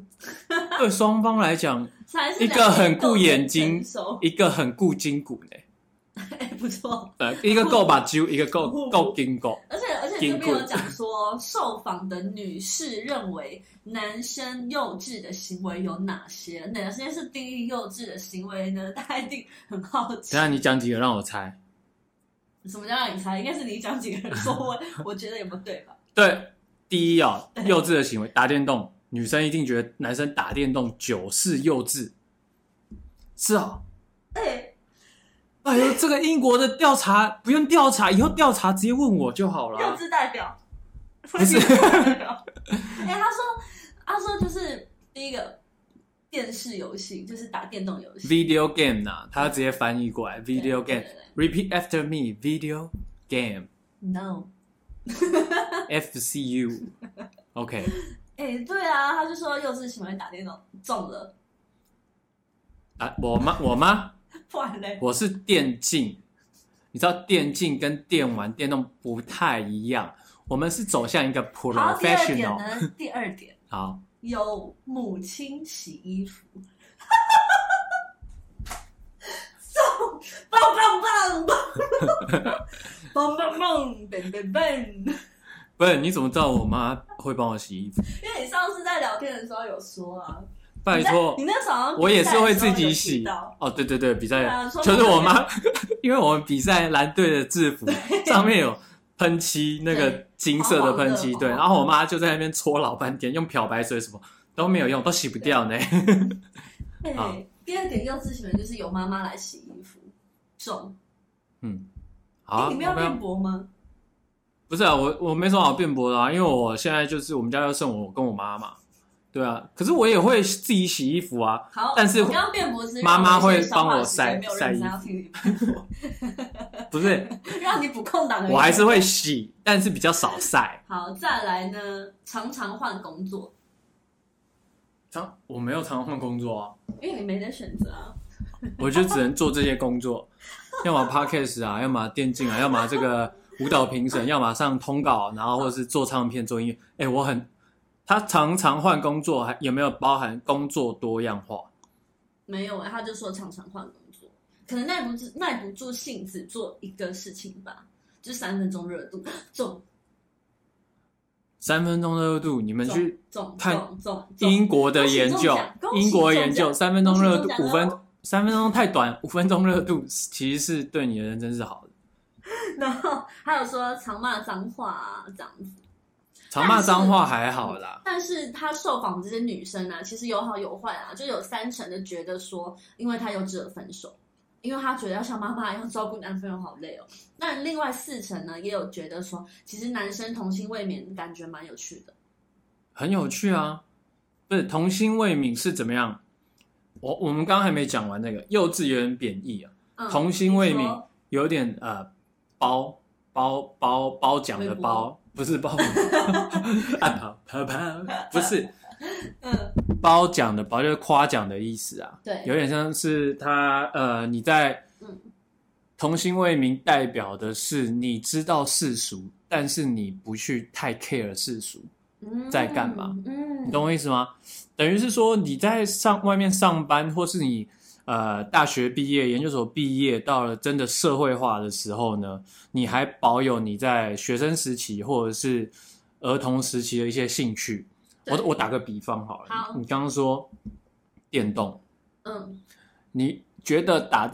[SPEAKER 1] 对双方来讲，
[SPEAKER 2] 才是
[SPEAKER 1] 哦一个很顾眼睛
[SPEAKER 2] 两个人够成熟，
[SPEAKER 1] 一个很顾筋骨呢，
[SPEAKER 2] 哎，不错。
[SPEAKER 1] 呃，一个够把揪，一个
[SPEAKER 2] *laughs*
[SPEAKER 1] 够够筋骨。
[SPEAKER 2] 而且而且这边有讲说，受访的女士认为男生幼稚的行为有哪些？哪些是定义幼稚的行为呢？ *laughs* 大家一定很好奇
[SPEAKER 1] 等一。下你讲几个让我猜。
[SPEAKER 2] 什么叫让你猜？应该是你讲几个人说我， *laughs* 我觉得有没有对吧？
[SPEAKER 1] 对，第一哦，幼稚的行为，打电动，女生一定觉得男生打电动久视幼稚。是哦，
[SPEAKER 2] 哎、
[SPEAKER 1] 哎呦，这个英国的调查不用调查，以后调查直接问我就好了
[SPEAKER 2] 幼
[SPEAKER 1] 啊。
[SPEAKER 2] 稚代表不
[SPEAKER 1] 是
[SPEAKER 2] 代表。哎、他说他说就是第一个电视游戏，就是打电动游戏。
[SPEAKER 1] video game 呐、啊，它直接翻译过来 video
[SPEAKER 2] 对
[SPEAKER 1] game。Repeat after me, video game
[SPEAKER 2] No， *laughs*
[SPEAKER 1] FCU。OK，
[SPEAKER 2] 哎、对啊，他就说幼稚行为打电动中了，
[SPEAKER 1] 啊，我妈我妈，
[SPEAKER 2] 不然嘞。
[SPEAKER 1] 我是电竞，你知道电竞跟电玩电动不太一样，我们是走向一个
[SPEAKER 2] 好，第二点
[SPEAKER 1] professional。
[SPEAKER 2] 呢？第二点
[SPEAKER 1] 好，
[SPEAKER 2] 有母亲洗衣服，棒棒棒棒！蹦蹦蹦，蹦蹦蹦。
[SPEAKER 1] 不是，你怎么知道我妈会帮我洗衣服？
[SPEAKER 2] 因为你上次在聊天的时候有说啊，
[SPEAKER 1] 拜托
[SPEAKER 2] 你，那时候好像比
[SPEAKER 1] 我也
[SPEAKER 2] 赛
[SPEAKER 1] 是
[SPEAKER 2] 的
[SPEAKER 1] 会
[SPEAKER 2] 时
[SPEAKER 1] 自
[SPEAKER 2] 候有
[SPEAKER 1] 己
[SPEAKER 2] 提
[SPEAKER 1] 洗
[SPEAKER 2] 到。
[SPEAKER 1] 哦，对对对，比
[SPEAKER 2] 对
[SPEAKER 1] 赛
[SPEAKER 2] 啊说
[SPEAKER 1] 就是
[SPEAKER 2] 不定
[SPEAKER 1] 我妈，因为我们比赛蓝队的制服上面有喷漆，那个
[SPEAKER 2] 对
[SPEAKER 1] 金色的喷漆，
[SPEAKER 2] 黄黄的
[SPEAKER 1] 对，
[SPEAKER 2] 黄黄的
[SPEAKER 1] 然后我妈就在那边搓老半天，用漂白水什么都没有用，都洗不掉呢。
[SPEAKER 2] 哎、
[SPEAKER 1] 啊
[SPEAKER 2] 第二点幼稚行为就是由妈妈来洗衣服，重。
[SPEAKER 1] *laughs* 好啊，
[SPEAKER 2] 哎你们要
[SPEAKER 1] 我们要
[SPEAKER 2] 辩驳吗？
[SPEAKER 1] 不是啊，我我没什么好辩驳的啊，因为我现在就是我们家就剩我跟我妈嘛，对啊，可是我也会自己洗衣服啊，
[SPEAKER 2] 好，
[SPEAKER 1] 但是
[SPEAKER 2] 我刚刚辩驳是
[SPEAKER 1] 妈妈会帮我晒
[SPEAKER 2] 晒，没有认真
[SPEAKER 1] 晒衣
[SPEAKER 2] 要听你辩驳，
[SPEAKER 1] 不
[SPEAKER 2] *laughs*
[SPEAKER 1] 是，
[SPEAKER 2] 让你补空档而已。
[SPEAKER 1] 我还是会洗，但是比较少晒。
[SPEAKER 2] 好，再来呢，常常换工作，
[SPEAKER 1] 常我没有常换工作啊，
[SPEAKER 2] 因为你没得选择啊。
[SPEAKER 1] 我就只能做这些工作，要么 podcast 啊，要么电竞啊，要么这个舞蹈评审，要么上通告，然后或是做唱片、做音乐。哎、我很，他常常换工作，还有没有包含工作多样化？
[SPEAKER 2] 没有哎、他就说常常换工作，可能耐不住耐不住性子做一个事情吧，就三分钟热度， *gasps* 总
[SPEAKER 1] 三分钟热度，你们去
[SPEAKER 2] 总总
[SPEAKER 1] 看
[SPEAKER 2] 总总
[SPEAKER 1] 英国的
[SPEAKER 2] 恭喜
[SPEAKER 1] 研
[SPEAKER 2] 中
[SPEAKER 1] 究
[SPEAKER 2] 奖，恭喜
[SPEAKER 1] 英国研
[SPEAKER 2] 中
[SPEAKER 1] 究
[SPEAKER 2] 奖
[SPEAKER 1] 三分钟热度
[SPEAKER 2] 恭喜中
[SPEAKER 1] 五
[SPEAKER 2] 奖
[SPEAKER 1] 分
[SPEAKER 2] 哦，
[SPEAKER 1] 三分钟太短，五分钟热度其实是对你的人生是好的。
[SPEAKER 2] *laughs* 然后还有说常骂脏话啊这样子，
[SPEAKER 1] 常骂脏话还好啦，
[SPEAKER 2] 但是他受访这些女生啊，其实有好有坏啊，就有三成的觉得说，因为他幼稚而分手，因为他觉得要像妈妈一样照顾男朋友好累哦。但另外四成呢，也有觉得说，其实男生童心未泯，感觉蛮有趣的。
[SPEAKER 1] 很有趣啊。不是童心未泯是怎么样？我我们刚刚还没讲完那个幼稚有点贬义啊，
[SPEAKER 2] 嗯、
[SPEAKER 1] 童心未
[SPEAKER 2] 你
[SPEAKER 1] 泯
[SPEAKER 2] 说，
[SPEAKER 1] 有点呃褒褒褒褒奖的
[SPEAKER 2] 微博
[SPEAKER 1] 褒，不是
[SPEAKER 2] *laughs*
[SPEAKER 1] 褒啊 *laughs* 褒褒褒，不是
[SPEAKER 2] 嗯，
[SPEAKER 1] 褒奖的褒，就是夸奖的意思啊。
[SPEAKER 2] 对，
[SPEAKER 1] 有点像是他呃，你在
[SPEAKER 2] 嗯
[SPEAKER 1] 童心未泯代表的是你知道世俗，但是你不去太 care 世俗，在干嘛？
[SPEAKER 2] 嗯，
[SPEAKER 1] 你懂我意思吗？等于是说你在上外面上班，或是你呃大学毕业、研究所毕业，到了真的社会化的时候呢，你还保有你在学生时期或者是儿童时期的一些兴趣。
[SPEAKER 2] 对
[SPEAKER 1] 我我打个比方好了，
[SPEAKER 2] 好
[SPEAKER 1] 你刚刚说电动。
[SPEAKER 2] 嗯， *laughs*
[SPEAKER 1] 你觉得打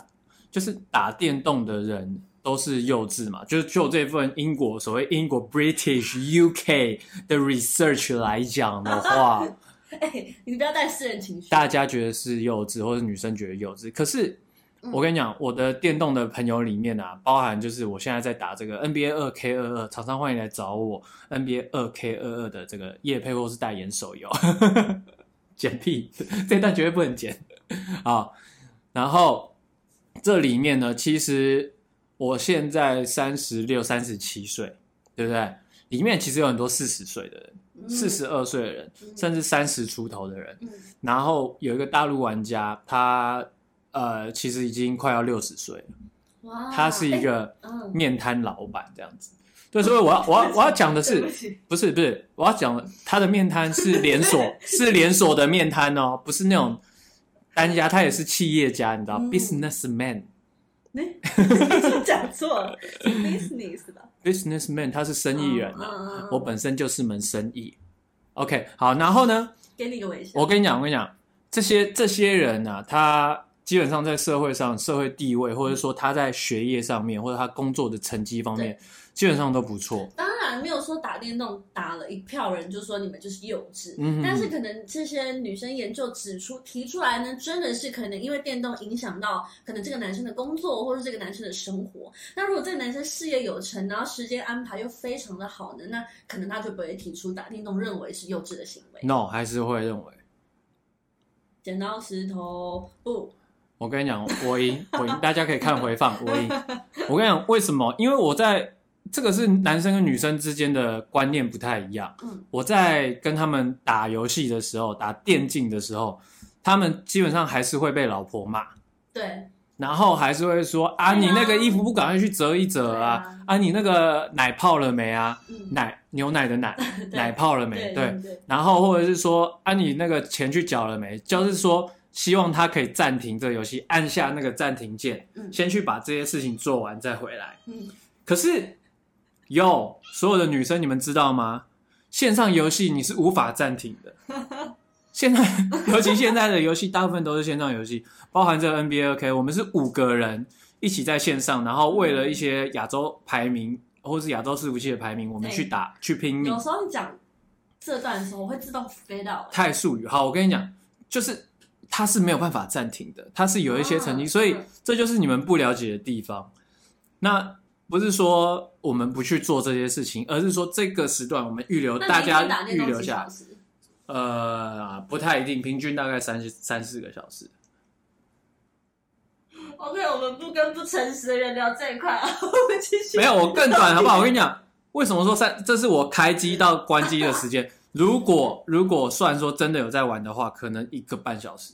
[SPEAKER 1] 就是打电动的人都是幼稚嘛？就是就这份英国所谓英国 British UK 的 research 来讲的
[SPEAKER 2] *laughs*
[SPEAKER 1] 话，
[SPEAKER 2] 哎、你不要带私人情绪。
[SPEAKER 1] 大家觉得是幼稚，或者女生觉得幼稚。可是
[SPEAKER 2] 嗯
[SPEAKER 1] 我跟你讲，我的电动的朋友里面啊，包含就是我现在在打这个 NBA 二 K 二二，常常欢迎来找我 NBA 二 K 二二的这个叶配或是代言手游， *laughs* 剪屁， *laughs* 这段绝对不能剪啊。然后这里面呢，其实我现在三十六、三十七岁，对不对？里面其实有很多四十岁的人、
[SPEAKER 2] 嗯
[SPEAKER 1] 四，十二岁的人，甚至三十出头的人。
[SPEAKER 2] 嗯
[SPEAKER 1] 然后有一个大陆玩家，他呃其实已经快要六十岁了，
[SPEAKER 2] 哇，
[SPEAKER 1] 他是一
[SPEAKER 2] 哎，
[SPEAKER 1] 个
[SPEAKER 2] 嗯，
[SPEAKER 1] 面摊老板这样子。对，所以我要我要我要讲的
[SPEAKER 2] 对不
[SPEAKER 1] 是，
[SPEAKER 2] 起，
[SPEAKER 1] 不是不是，我要讲的他的面摊是连
[SPEAKER 2] *laughs*
[SPEAKER 1] 锁，是连锁的面摊哦，不是那种单家，他也是企业家，你知道、
[SPEAKER 2] 嗯
[SPEAKER 1] b u s i n e s s m a n
[SPEAKER 2] 你 *laughs* 你讲错了是，business 吧？
[SPEAKER 1] businessman，他是生意人啊，
[SPEAKER 2] 嗯嗯嗯
[SPEAKER 1] 我本身就是门生意。OK，好，然后呢，
[SPEAKER 2] 给你一个微笑。
[SPEAKER 1] 我跟你讲，我跟你讲，这些这些人啊，他基本上在社会上、社会地位，或者说他在学业上面，或者他工作的成绩方面，基本上都不错。
[SPEAKER 2] 当然没有说打电动打了一票人就说你们就是幼稚，
[SPEAKER 1] 嗯哼
[SPEAKER 2] 但是可能这些女生研究指出提出来呢，真的是可能因为电动影响到可能这个男生的工作或者这个男生的生活。那如果这个男生事业有成，然后时间安排又非常的好呢，那可能他就不会提出打电动认为是幼稚的行为。
[SPEAKER 1] No，还是会认为。
[SPEAKER 2] 剪刀石头布，
[SPEAKER 1] 我跟你讲，我
[SPEAKER 2] *laughs*
[SPEAKER 1] 赢，我赢，大家可以看回放，我赢。我跟你讲，为什么？因为我在这个是男生跟女生之间的观念不太一样。
[SPEAKER 2] 嗯，
[SPEAKER 1] 我在跟他们打游戏的时候，打电竞的时候，他们基本上还是会被老婆骂。
[SPEAKER 2] 对，
[SPEAKER 1] 然后还是会说啊，
[SPEAKER 2] 对啊
[SPEAKER 1] 你那个衣服不赶快去折一折啊
[SPEAKER 2] 对啊！
[SPEAKER 1] 啊，你那个奶泡了没啊？
[SPEAKER 2] 嗯，
[SPEAKER 1] 奶牛奶的奶，
[SPEAKER 2] *laughs* 对
[SPEAKER 1] 奶泡了没？
[SPEAKER 2] 对
[SPEAKER 1] 对。
[SPEAKER 2] 对，
[SPEAKER 1] 然后或者是说啊，你那个钱去缴了没？就是说，希望他可以暂停这个游戏，按下那个暂停键，
[SPEAKER 2] 嗯
[SPEAKER 1] 先去把这些事情做完再回来。
[SPEAKER 2] 嗯，
[SPEAKER 1] 可是，有所有的女生，你们知道吗？线上游戏你是无法暂停的。现在， *laughs* 尤其现在的游戏，大部分都是线上游戏，包含这个 NBA OK，我们是五个人一起在线上，然后为了一些亚洲排名或是亚洲伺服器的排名，我们去打、去拼命
[SPEAKER 2] 有。时候你讲这段的时候，我会自动飞到、
[SPEAKER 1] 太术语，好，我跟你讲，就是它是没有办法暂停的，它是有一些成绩，
[SPEAKER 2] 啊
[SPEAKER 1] 所以
[SPEAKER 2] 嗯
[SPEAKER 1] 这就是你们不了解的地方。那不是说我们不去做这些事情，而是说这个时段我们预留
[SPEAKER 2] 那
[SPEAKER 1] 大
[SPEAKER 2] 你一天打
[SPEAKER 1] 家
[SPEAKER 2] 电
[SPEAKER 1] 预
[SPEAKER 2] 动
[SPEAKER 1] 留
[SPEAKER 2] 几
[SPEAKER 1] 下
[SPEAKER 2] 小，时？
[SPEAKER 1] 呃，不太一定，平均大概三十三四个小时。
[SPEAKER 2] OK，我们不跟不诚实的人聊这一块啊， *laughs* 我们继
[SPEAKER 1] *laughs*
[SPEAKER 2] 续。
[SPEAKER 1] 没有，我更短，好不好？我跟你讲，为什么说三？这是我开机到关机的时间。如果如果算说真的有在玩的话，可能一个半小时，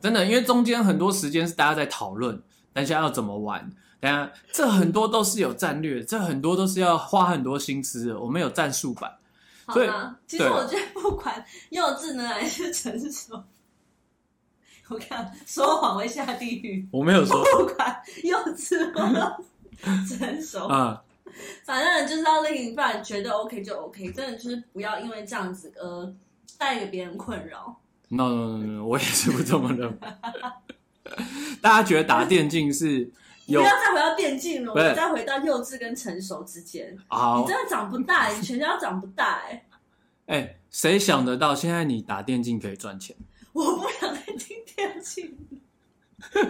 [SPEAKER 1] 真的，因为中间很多时间是大家在讨论，等一下要怎么玩，等一下这很多都是有战略，这很多都是要花很多心思的。我们有战术版，
[SPEAKER 2] 好
[SPEAKER 1] 所以
[SPEAKER 2] 啦，其实
[SPEAKER 1] 对
[SPEAKER 2] 我觉得不管幼稚呢还是成熟，我看说谎会下地狱，
[SPEAKER 1] 我没有说
[SPEAKER 2] 不管幼稚或成
[SPEAKER 1] *laughs*
[SPEAKER 2] 熟，
[SPEAKER 1] 啊、
[SPEAKER 2] 反正就是要另一半觉得 OK 就 OK，真的就是不为因为这样子而带给别人困扰。
[SPEAKER 1] n o no no no，我也是不这么认为。 *laughs* 大家觉得打电竞是
[SPEAKER 2] 你
[SPEAKER 1] 有
[SPEAKER 2] 不要再回到电竞了，我
[SPEAKER 1] 不是
[SPEAKER 2] 们再回到幼稚跟成熟之间。
[SPEAKER 1] 好
[SPEAKER 2] 你真的长不大、你全家长不大、哎，
[SPEAKER 1] 哎、谁想得到现在你打电竞可以赚钱？
[SPEAKER 2] 我不想再听电竞
[SPEAKER 1] 对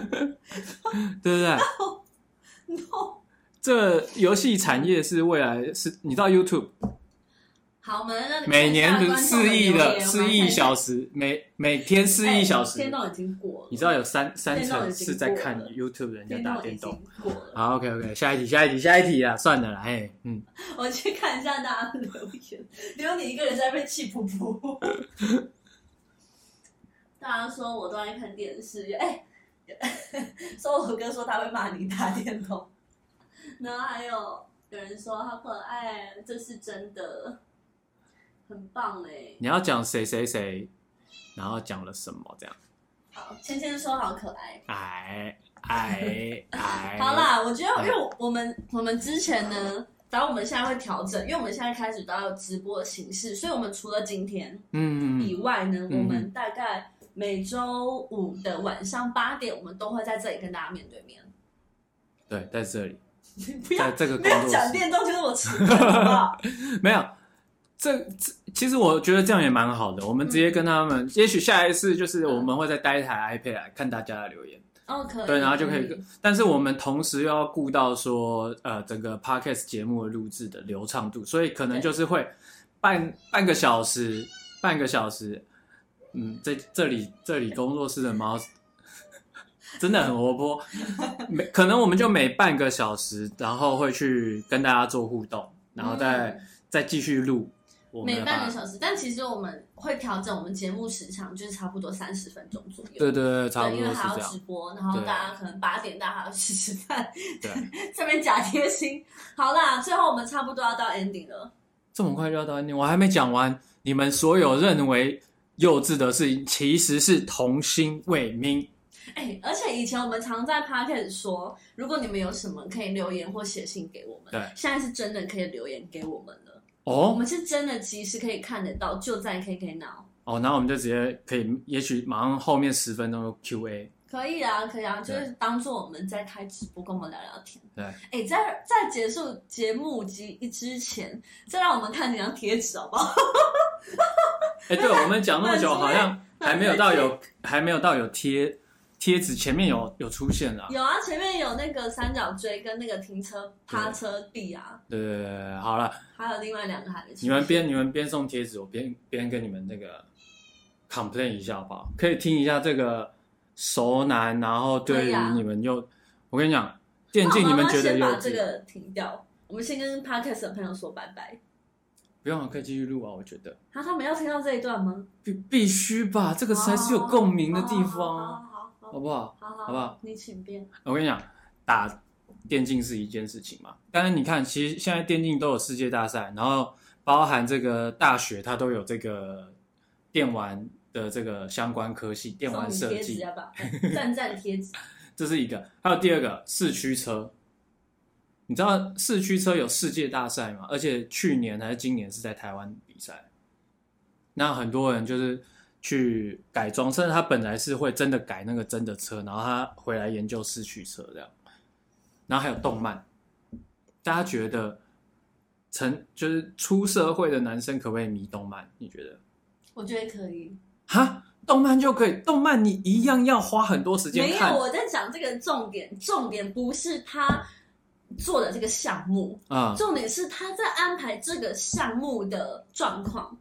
[SPEAKER 1] 不对？
[SPEAKER 2] *laughs* ，no。
[SPEAKER 1] 这游戏产业是未来是，你知道 YouTube
[SPEAKER 2] 好，我们让你看一下
[SPEAKER 1] 每年
[SPEAKER 2] 观
[SPEAKER 1] 的
[SPEAKER 2] 众
[SPEAKER 1] 四亿
[SPEAKER 2] 留
[SPEAKER 1] 的
[SPEAKER 2] 言
[SPEAKER 1] 四亿小时，每每天四亿小时
[SPEAKER 2] 哎，电动已经过了，
[SPEAKER 1] 你知道有三三
[SPEAKER 2] 电动已
[SPEAKER 1] 成
[SPEAKER 2] 经
[SPEAKER 1] 是在看
[SPEAKER 2] 过了
[SPEAKER 1] YouTube 人家
[SPEAKER 2] 电
[SPEAKER 1] 打
[SPEAKER 2] 已
[SPEAKER 1] 电
[SPEAKER 2] 经
[SPEAKER 1] 动。
[SPEAKER 2] 过了。
[SPEAKER 1] 好，OK OK，下一题，下一题，下一题啊，算了啦，哎，嗯，
[SPEAKER 2] 我去看一下大家的留言，只有你一个人在被气噗噗。 *laughs* 大家说我都爱看电视，哎、 *laughs* 搜罗哥说他会骂你打电动，然后还有有人说好可爱，这是真的，很棒哎、
[SPEAKER 1] 你要讲谁谁谁，然后讲了什么这样？
[SPEAKER 2] 好，芊芊说好可爱。
[SPEAKER 1] 哎
[SPEAKER 2] *laughs*
[SPEAKER 1] 哎哎，
[SPEAKER 2] 好，啦，我觉得，因为我们我们之前呢，然后我们现在会调整，因为我们现在开始都要有直播的形式，所以我们除了今天以
[SPEAKER 1] 嗯，
[SPEAKER 2] 外呢，
[SPEAKER 1] 嗯
[SPEAKER 2] 我们大概每周五的晚上八点，我们都会在这里跟大家面对面。
[SPEAKER 1] 对，在这里，
[SPEAKER 2] 你不要
[SPEAKER 1] 在这个工
[SPEAKER 2] 没有
[SPEAKER 1] 作
[SPEAKER 2] 讲
[SPEAKER 1] 室。
[SPEAKER 2] 电动，就是我迟钝，好
[SPEAKER 1] *laughs*
[SPEAKER 2] 不好？
[SPEAKER 1] 没有，这这其实我觉得这样也蛮好的。我们直接跟他们，也许下一次就是我们会再带一台 iPad 来看大家的留言，
[SPEAKER 2] 哦，可以。
[SPEAKER 1] 对，然后就可以。但是我们同时又要顾到说，呃，整个 podcast 节目的录制的流畅度，所以可能
[SPEAKER 2] 对
[SPEAKER 1] 就是会半半个小时，半个小时。嗯，这这里这里工作室的猫 *laughs* 真的很活泼，每可能我们就每半个小时，然后会去跟大家做互动，然后再。
[SPEAKER 2] 嗯
[SPEAKER 1] 再继续录。我们
[SPEAKER 2] 每
[SPEAKER 1] 的
[SPEAKER 2] 半
[SPEAKER 1] 吧
[SPEAKER 2] 个小时，但其实我们会调整我们节目时长，就是差不多三十分钟左右。
[SPEAKER 1] 对对对，差不
[SPEAKER 2] 对，因
[SPEAKER 1] 多
[SPEAKER 2] 为
[SPEAKER 1] 是
[SPEAKER 2] 还要
[SPEAKER 1] 这
[SPEAKER 2] 直
[SPEAKER 1] 样。
[SPEAKER 2] 播，然后
[SPEAKER 1] 对
[SPEAKER 2] 大家可能八点大家还要去吃饭，
[SPEAKER 1] 对，
[SPEAKER 2] *laughs* 这边假贴心。好啦，最后我们差不多要到 ending 了，
[SPEAKER 1] 这么快就要到 ending，我还没讲完。你们所有认为幼稚的事情，其实是童心未泯。
[SPEAKER 2] 哎、而且以前我们常在 p o d c a s t 说，如果你们有什么可以留言或写信给我们，
[SPEAKER 1] 对
[SPEAKER 2] 现在是真的可以留言给我们了，我
[SPEAKER 1] 哦
[SPEAKER 2] 们是真的及时可以看得到，就在 KK Now。
[SPEAKER 1] 哦，那我们就直接可以，也许马上后面十分钟就 Q&A。
[SPEAKER 2] 可以啊，可以啊，就是当做我们在开直播，跟我们聊聊天。
[SPEAKER 1] 对，
[SPEAKER 2] 哎、在在结束节目及之前，再让我们看几张贴纸好不好？
[SPEAKER 1] 哎，对，我们讲那么久，
[SPEAKER 2] 满足
[SPEAKER 1] 好
[SPEAKER 2] 了
[SPEAKER 1] 像还没有到
[SPEAKER 2] 满足
[SPEAKER 1] 有，还没有到有贴贴纸前面有有出现啦。
[SPEAKER 2] 有啊，前面有那个三角锥跟那个停车趴车壁啊，
[SPEAKER 1] 对对对对对，好了，
[SPEAKER 2] 还有另外两个还没出现。
[SPEAKER 1] 你们边你们边送贴纸，我边边跟你们那个 complain 一下好不好？可以听一下这个熟男，然后对
[SPEAKER 2] 可以
[SPEAKER 1] 于
[SPEAKER 2] 啊
[SPEAKER 1] 你们又，我跟你讲，电竞你们觉得
[SPEAKER 2] 那
[SPEAKER 1] 幼
[SPEAKER 2] 我们要先把这
[SPEAKER 1] 稚？
[SPEAKER 2] 个停掉，我们先跟 podcast 的朋友说拜拜。
[SPEAKER 1] 不用，可以继续录啊，我觉得
[SPEAKER 2] 啊，他们要听到这一段吗？
[SPEAKER 1] 必必须吧，这个才是有共鸣的地方啊，
[SPEAKER 2] 好好
[SPEAKER 1] 好不好？
[SPEAKER 2] 好好
[SPEAKER 1] 好不好？
[SPEAKER 2] 你请便。
[SPEAKER 1] 我跟你讲，打电竞是一件事情嘛，但是你看，其实现在电竞都有世界大赛，然后包含这个大学它都有这个电玩的这个相关科系，电玩
[SPEAKER 2] 送
[SPEAKER 1] 设
[SPEAKER 2] 你贴纸啊
[SPEAKER 1] 计，
[SPEAKER 2] 要不要？赞赞贴纸，
[SPEAKER 1] 这是一个。还有第二个四驱车，你知道四驱车有世界大赛吗？而且去年还是今年是在台湾比赛，那很多人就是去改装，甚至他本来是会真的改那个真的车，然后他回来研究四驱车这样。然后还有动漫，大家觉得成就是出社会的男生可不可以迷动漫？你觉得？
[SPEAKER 2] 我觉得可以。
[SPEAKER 1] 哈，动漫就可以，动漫你一样要花很多时间
[SPEAKER 2] 没有
[SPEAKER 1] 看，
[SPEAKER 2] 我在讲这个重点，重点不是他做的这个项目，
[SPEAKER 1] 啊、
[SPEAKER 2] 重点是他在安排这个项目的状况。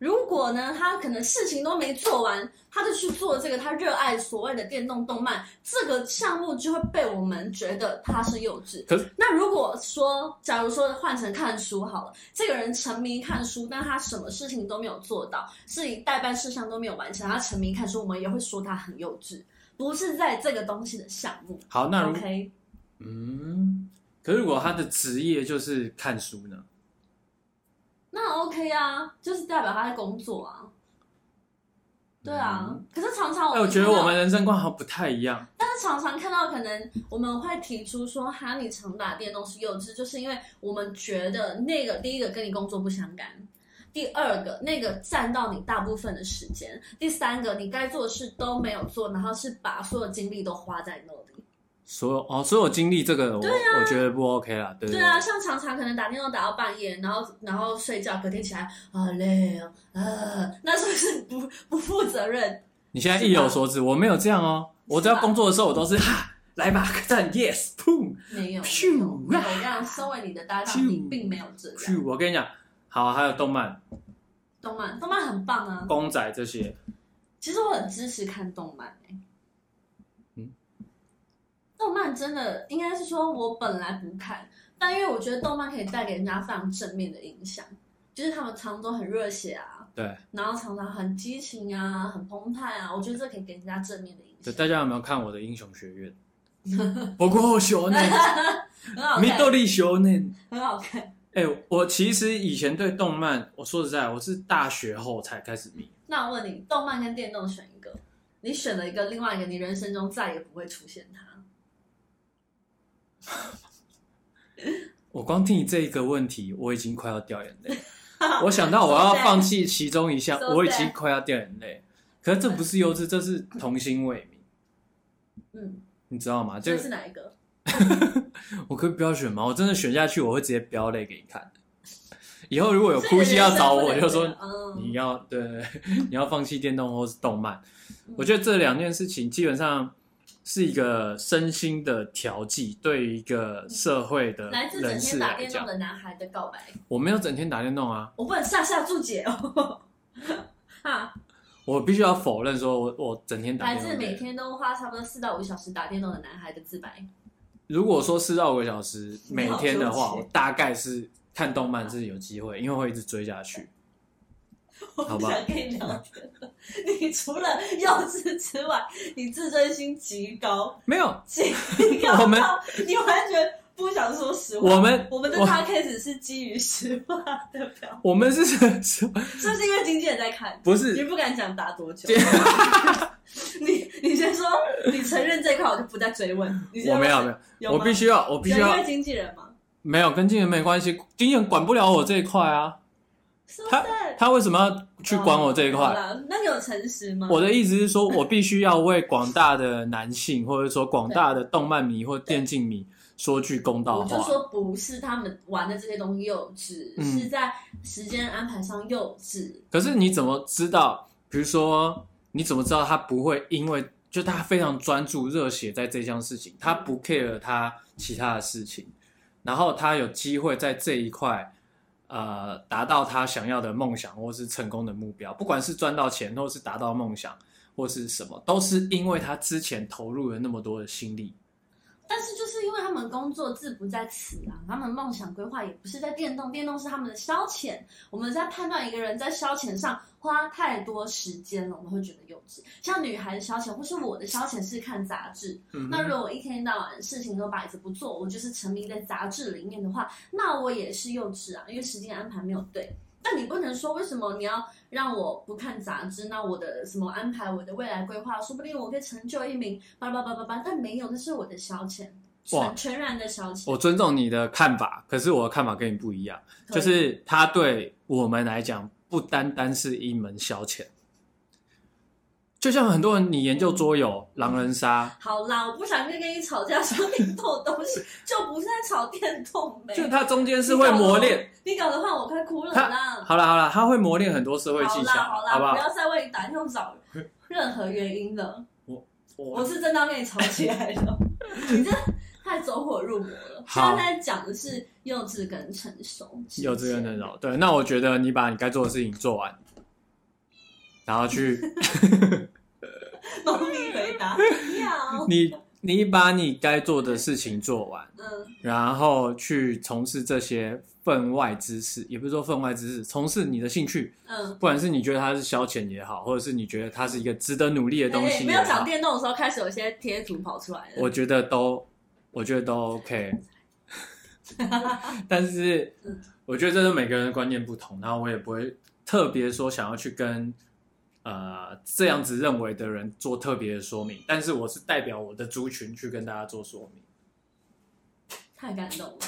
[SPEAKER 2] 如果呢，他可能事情都没做完，他就去做这个他热爱所谓的电动动漫，这个项目就会被我们觉得他是幼稚。
[SPEAKER 1] 可是
[SPEAKER 2] 那如果说，假如说换成看书好了，这个人沉迷看书，但他什么事情都没有做到，事情代办事项都没有完成，他沉迷看书，我们也会说他很幼稚，不是在这个东西的项目。
[SPEAKER 1] 好，那如
[SPEAKER 2] OK，
[SPEAKER 1] 嗯，可是如果他的职业就是看书呢？
[SPEAKER 2] 那 OK 啊，就是代表他在工作啊。对啊，
[SPEAKER 1] 嗯
[SPEAKER 2] 可是常常
[SPEAKER 1] 哎、
[SPEAKER 2] 我
[SPEAKER 1] 我
[SPEAKER 2] 们
[SPEAKER 1] 觉
[SPEAKER 2] 看到，
[SPEAKER 1] 得我们人生观好像不太一样。
[SPEAKER 2] 但是常常看到，可能我们会提出说，哈，你常打电动是幼稚，就是因为我们觉得那个第一个跟你工作不相干，第二个那个占到你大部分的时间，第三个你该做的事都没有做，然后是把所有精力都花在那里。
[SPEAKER 1] 所有哦，所有经历这个我，我觉得不 OK 啦，对对
[SPEAKER 2] 啊对啊，像常常可能打电动打到半夜，然后然后睡觉，隔天起来好累哦，呃，那是不是不不负责任？
[SPEAKER 1] 你现在意有所指，我没有这样哦，
[SPEAKER 2] 啊
[SPEAKER 1] 我只要工作的时候，我都是哈，来吧，赞，yes，砰，
[SPEAKER 2] 没有，
[SPEAKER 1] 咻
[SPEAKER 2] 没有没有我让身为你的搭档，
[SPEAKER 1] 咻
[SPEAKER 2] 你并没有这样。
[SPEAKER 1] 啊去，我跟你讲，好，还有动漫、
[SPEAKER 2] 动漫，动漫很棒啊！
[SPEAKER 1] 公仔这些，
[SPEAKER 2] 其实我很支持看动漫、欸、
[SPEAKER 1] 嗯
[SPEAKER 2] 动漫真的应该是说，我本来不看，但因为我觉得动漫可以带给人家非常正面的影响，就是他们常常都很热血啊，
[SPEAKER 1] 对，
[SPEAKER 2] 然后常常很激情啊，很澎湃啊，我觉得这可以给人家正面的影
[SPEAKER 1] 对，
[SPEAKER 2] 响，
[SPEAKER 1] 大家有没有看我的英雄学
[SPEAKER 2] *laughs*
[SPEAKER 1] 院？不过少年，
[SPEAKER 2] 很好
[SPEAKER 1] 米多
[SPEAKER 2] 看，
[SPEAKER 1] 利少年。
[SPEAKER 2] 很好看。
[SPEAKER 1] 哎、我其实以前对动漫，我说实在，我是大学后才开始迷。
[SPEAKER 2] 那我问你，动漫跟电动选一个，你选了一个，另外一个你人生中再也不会出现它。
[SPEAKER 1] 我光听你这一个问题，我已经快要掉眼
[SPEAKER 2] *laughs*
[SPEAKER 1] 泪。我想到我要放弃其中一项
[SPEAKER 2] So，sad
[SPEAKER 1] 我已经快要掉眼泪。可是这不是幼稚，这是童心未泯，
[SPEAKER 2] 嗯，
[SPEAKER 1] 你知道吗？就
[SPEAKER 2] 这是哪一个？
[SPEAKER 1] 我可以不要选吗？我真的选下去，我会直接飙泪给你看。以后如果有
[SPEAKER 2] 所以
[SPEAKER 1] 哭戏要找我，
[SPEAKER 2] 人
[SPEAKER 1] 就
[SPEAKER 2] 生不能
[SPEAKER 1] 说
[SPEAKER 2] 这样嗯，
[SPEAKER 1] 你要对， *laughs* 你要放弃电动或是动漫。我觉得这两件事情基本上是一个身心的调剂，对于一个社会的
[SPEAKER 2] 来自整
[SPEAKER 1] 人士
[SPEAKER 2] 天打
[SPEAKER 1] 来
[SPEAKER 2] 电动
[SPEAKER 1] 讲，
[SPEAKER 2] 的男孩的告白，
[SPEAKER 1] 我没有整天打电动啊，
[SPEAKER 2] 我不能下下注解哦。 *laughs* 啊，
[SPEAKER 1] 我必须要否认说我我整天打
[SPEAKER 2] 来
[SPEAKER 1] 电动
[SPEAKER 2] 自
[SPEAKER 1] 的人。
[SPEAKER 2] 每天都花差不多四到五小时打电动的男孩的自白。
[SPEAKER 1] 如果说四到五个小时每天的
[SPEAKER 2] 好
[SPEAKER 1] 话，
[SPEAKER 2] 纠
[SPEAKER 1] 我
[SPEAKER 2] 结
[SPEAKER 1] 大概是看动漫是有机会，因为会一直追下去。
[SPEAKER 2] 我
[SPEAKER 1] 好
[SPEAKER 2] 不
[SPEAKER 1] 吧
[SPEAKER 2] 想跟你聊天了。你除了幼稚之外，你自尊心极高，
[SPEAKER 1] 没有，
[SPEAKER 2] 极
[SPEAKER 1] *laughs*
[SPEAKER 2] 高到
[SPEAKER 1] 我们
[SPEAKER 2] 你完全不想说实话。
[SPEAKER 1] 我们
[SPEAKER 2] 我们的
[SPEAKER 1] 我
[SPEAKER 2] p 开始是基于实话的
[SPEAKER 1] *laughs*
[SPEAKER 2] 表，
[SPEAKER 1] 我们是是 *laughs*
[SPEAKER 2] 是不是因为经纪人在看？
[SPEAKER 1] 不
[SPEAKER 2] 你
[SPEAKER 1] 是？
[SPEAKER 2] 不敢讲打多久
[SPEAKER 1] 对？
[SPEAKER 2] *laughs* 你 *laughs* 你先说，你承认这一块，我就不再追问。你先
[SPEAKER 1] 我没有
[SPEAKER 2] 说
[SPEAKER 1] 没有，
[SPEAKER 2] 有吗，
[SPEAKER 1] 我必须要我必须
[SPEAKER 2] 有
[SPEAKER 1] 要
[SPEAKER 2] 因为经纪人吗？
[SPEAKER 1] 没有跟经纪人没关系，经纪人管不了我这一块啊，
[SPEAKER 2] 是不是？
[SPEAKER 1] 他为什么要去管我这一块
[SPEAKER 2] 哦好？啦那你有诚实吗？
[SPEAKER 1] 我的意思是说，我必须要为广大的男性，或者说广大的动漫迷或电竞迷说句公道
[SPEAKER 2] 我就
[SPEAKER 1] 话。
[SPEAKER 2] 说不是他们玩的这些东西幼稚，
[SPEAKER 1] 嗯
[SPEAKER 2] 是在时间安排上幼稚。
[SPEAKER 1] 可是你怎么知道？比如说，你怎么知道他不会因为就他非常专注热血在这项事情，他不 care 他其他的事情，然后他有机会在这一块。呃，达到他想要的梦想，或是成功的目标，不管是赚到钱，或是达到梦想，或是什么，都是因为他之前投入了那么多的心力。
[SPEAKER 2] 但是就是因为他们工作志不在此啊，他们梦想规划也不是在电动，电动是他们的消遣。我们在判断一个人在消遣上花太多时间了，我们会觉得幼稚。像女孩的消遣，或是我的消遣是看杂志，
[SPEAKER 1] 嗯哼
[SPEAKER 2] 那如果我一天到晚事情都摆着不做，我就是沉迷在杂志里面的话，那我也是幼稚啊，因为时间安排没有对。但你不能说为什么你要让我不看杂志？那我的什么安排，我的未来规划，说不定我可以成就一名叭叭叭叭叭，但没有，那是我的消遣，
[SPEAKER 1] 哇
[SPEAKER 2] 全全然的消遣。
[SPEAKER 1] 我尊重你的看法，可是我的看法跟你不一样，
[SPEAKER 2] 可
[SPEAKER 1] 就
[SPEAKER 2] 以
[SPEAKER 1] 是它对我们来讲不单单是一门消遣，就像很多人你研究桌游、
[SPEAKER 2] 嗯
[SPEAKER 1] 狼人杀，
[SPEAKER 2] 好啦，我不想跟跟你吵架，说你偷东西，就不是在吵电动呗。
[SPEAKER 1] *laughs* 就它中间是会磨练。
[SPEAKER 2] 你搞得话我快哭了啦！
[SPEAKER 1] 好了好了，它会磨练很多社会
[SPEAKER 2] 好
[SPEAKER 1] 技巧，
[SPEAKER 2] 啦好啦，
[SPEAKER 1] 不好
[SPEAKER 2] 不？要再为你打电话找任何原因了。我
[SPEAKER 1] 我
[SPEAKER 2] 是真的要跟你吵起来
[SPEAKER 1] *laughs*
[SPEAKER 2] 了，你这太走火入魔了。现
[SPEAKER 1] 好
[SPEAKER 2] 在在讲的是幼稚跟成熟，
[SPEAKER 1] 有这个能力，对，那我觉得你把你该做的事情做完，然后
[SPEAKER 2] *laughs*
[SPEAKER 1] 去
[SPEAKER 2] 猫咪回
[SPEAKER 1] *laughs*
[SPEAKER 2] 答要
[SPEAKER 1] 你你把你该做的事情做完，
[SPEAKER 2] 嗯
[SPEAKER 1] 然后去从事这些分外之事，也不是说分外之事，从事你的兴趣，
[SPEAKER 2] 嗯。
[SPEAKER 1] 不管是你觉得它是消遣也好，或者是你觉得它是一个值得努力的东
[SPEAKER 2] 哎
[SPEAKER 1] 西
[SPEAKER 2] 没
[SPEAKER 1] 也
[SPEAKER 2] 有讲
[SPEAKER 1] 好，
[SPEAKER 2] 电动的时候，开始有一些贴图跑出来了。
[SPEAKER 1] 我觉得都我觉得都
[SPEAKER 2] *laughs*
[SPEAKER 1] OK。但是
[SPEAKER 2] 嗯
[SPEAKER 1] 我觉得这是每个人的观念不同，然后我也不会特别说想要去跟呃这样子认为的人做特别的说明，但是我是代表我的族群去跟大家做说明。
[SPEAKER 2] 太感动了。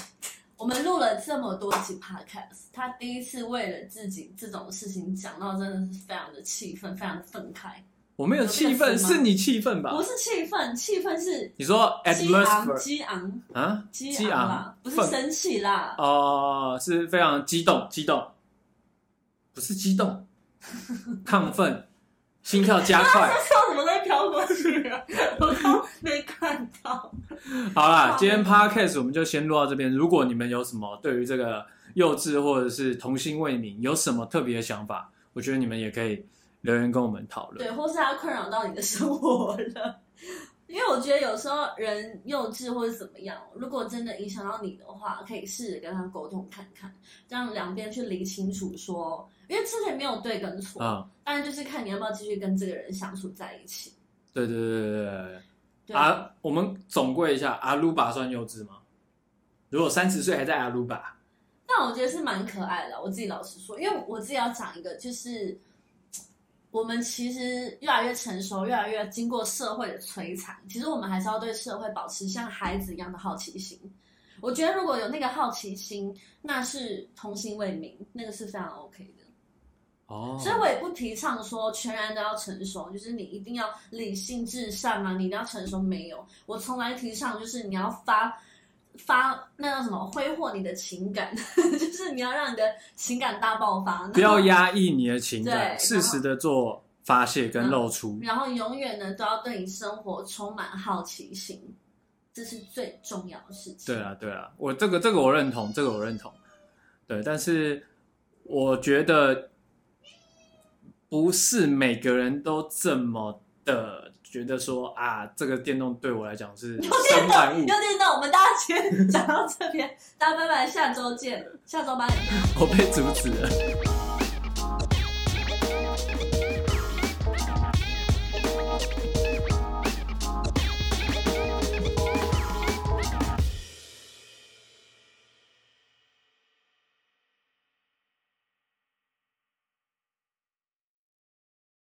[SPEAKER 2] 我们录了这么多集 podcast，他第一次为了自己这种事情讲到，真的是非常的气愤，非常的愤慨。
[SPEAKER 1] 我没有气
[SPEAKER 2] 有这
[SPEAKER 1] 愤，
[SPEAKER 2] 个词吗
[SPEAKER 1] 是你气愤吧
[SPEAKER 2] 不？是气愤，气愤是
[SPEAKER 1] 你说
[SPEAKER 2] 激昂、
[SPEAKER 1] atmosphere
[SPEAKER 2] 激昂、
[SPEAKER 1] 啊？
[SPEAKER 2] 激昂啦，不
[SPEAKER 1] 激
[SPEAKER 2] 是
[SPEAKER 1] 愤
[SPEAKER 2] 生气啦。
[SPEAKER 1] 哦、是非常激动，激动，不是激动，亢奋，心跳加 *laughs* 快。
[SPEAKER 2] 靠，怎么在飘过去啊？我
[SPEAKER 1] *laughs*
[SPEAKER 2] 刚没看到。
[SPEAKER 1] 好啦，今天 podcast 我们就先录到这边。如果你们有什么对于这个幼稚或者是童心未泯有什么特别的想法，我觉得你们也可以留言跟我们讨论。
[SPEAKER 2] 对，或是它困扰到你的生活了。 *laughs* 因为我觉得有时候人幼稚或者怎么样，如果真的影响到你的话，可以试着跟他沟通看看，让两边去理清楚说，因为之前没有对跟错，
[SPEAKER 1] 啊、
[SPEAKER 2] 当然就是看你要不要继续跟这个人相处在一起。
[SPEAKER 1] 对对对对对对。
[SPEAKER 2] 对，
[SPEAKER 1] 啊，我们总归一下，阿鲁巴算幼稚吗？如果三十岁还在阿鲁巴，
[SPEAKER 2] 但我觉得是蛮可爱的。我自己老实说，因为我自己要讲一个，就是我们其实越来越成熟，越来越经过社会的摧残，其实我们还是要对社会保持像孩子一样的好奇心。我觉得如果有那个好奇心，那是童心未泯，那个是非常 OK 的。
[SPEAKER 1] 哦
[SPEAKER 2] 所以我也不提倡说全然都要成熟，就是你一定要理性至上啊，你一定要成熟。没有，我从来提倡就是你要发发那叫什么挥霍你的情感， *laughs* 就是你要让你的情感大爆 *laughs* 发，
[SPEAKER 1] 不要压抑你的情感，
[SPEAKER 2] 对嗯
[SPEAKER 1] 适时的做发泄跟露出。
[SPEAKER 2] 然后永远呢都要对你生活充满好奇心，这是最重要的事情。
[SPEAKER 1] 对，啊，对啊，我这个这个我认同，这个我认同。对，但是我觉得不是每个人都这么的觉得说啊，这个电动对我来讲是身外物
[SPEAKER 2] *laughs* 有。点到我们大家先讲到这边，大家拜拜，下周见，下周八点。
[SPEAKER 1] 我被阻止了。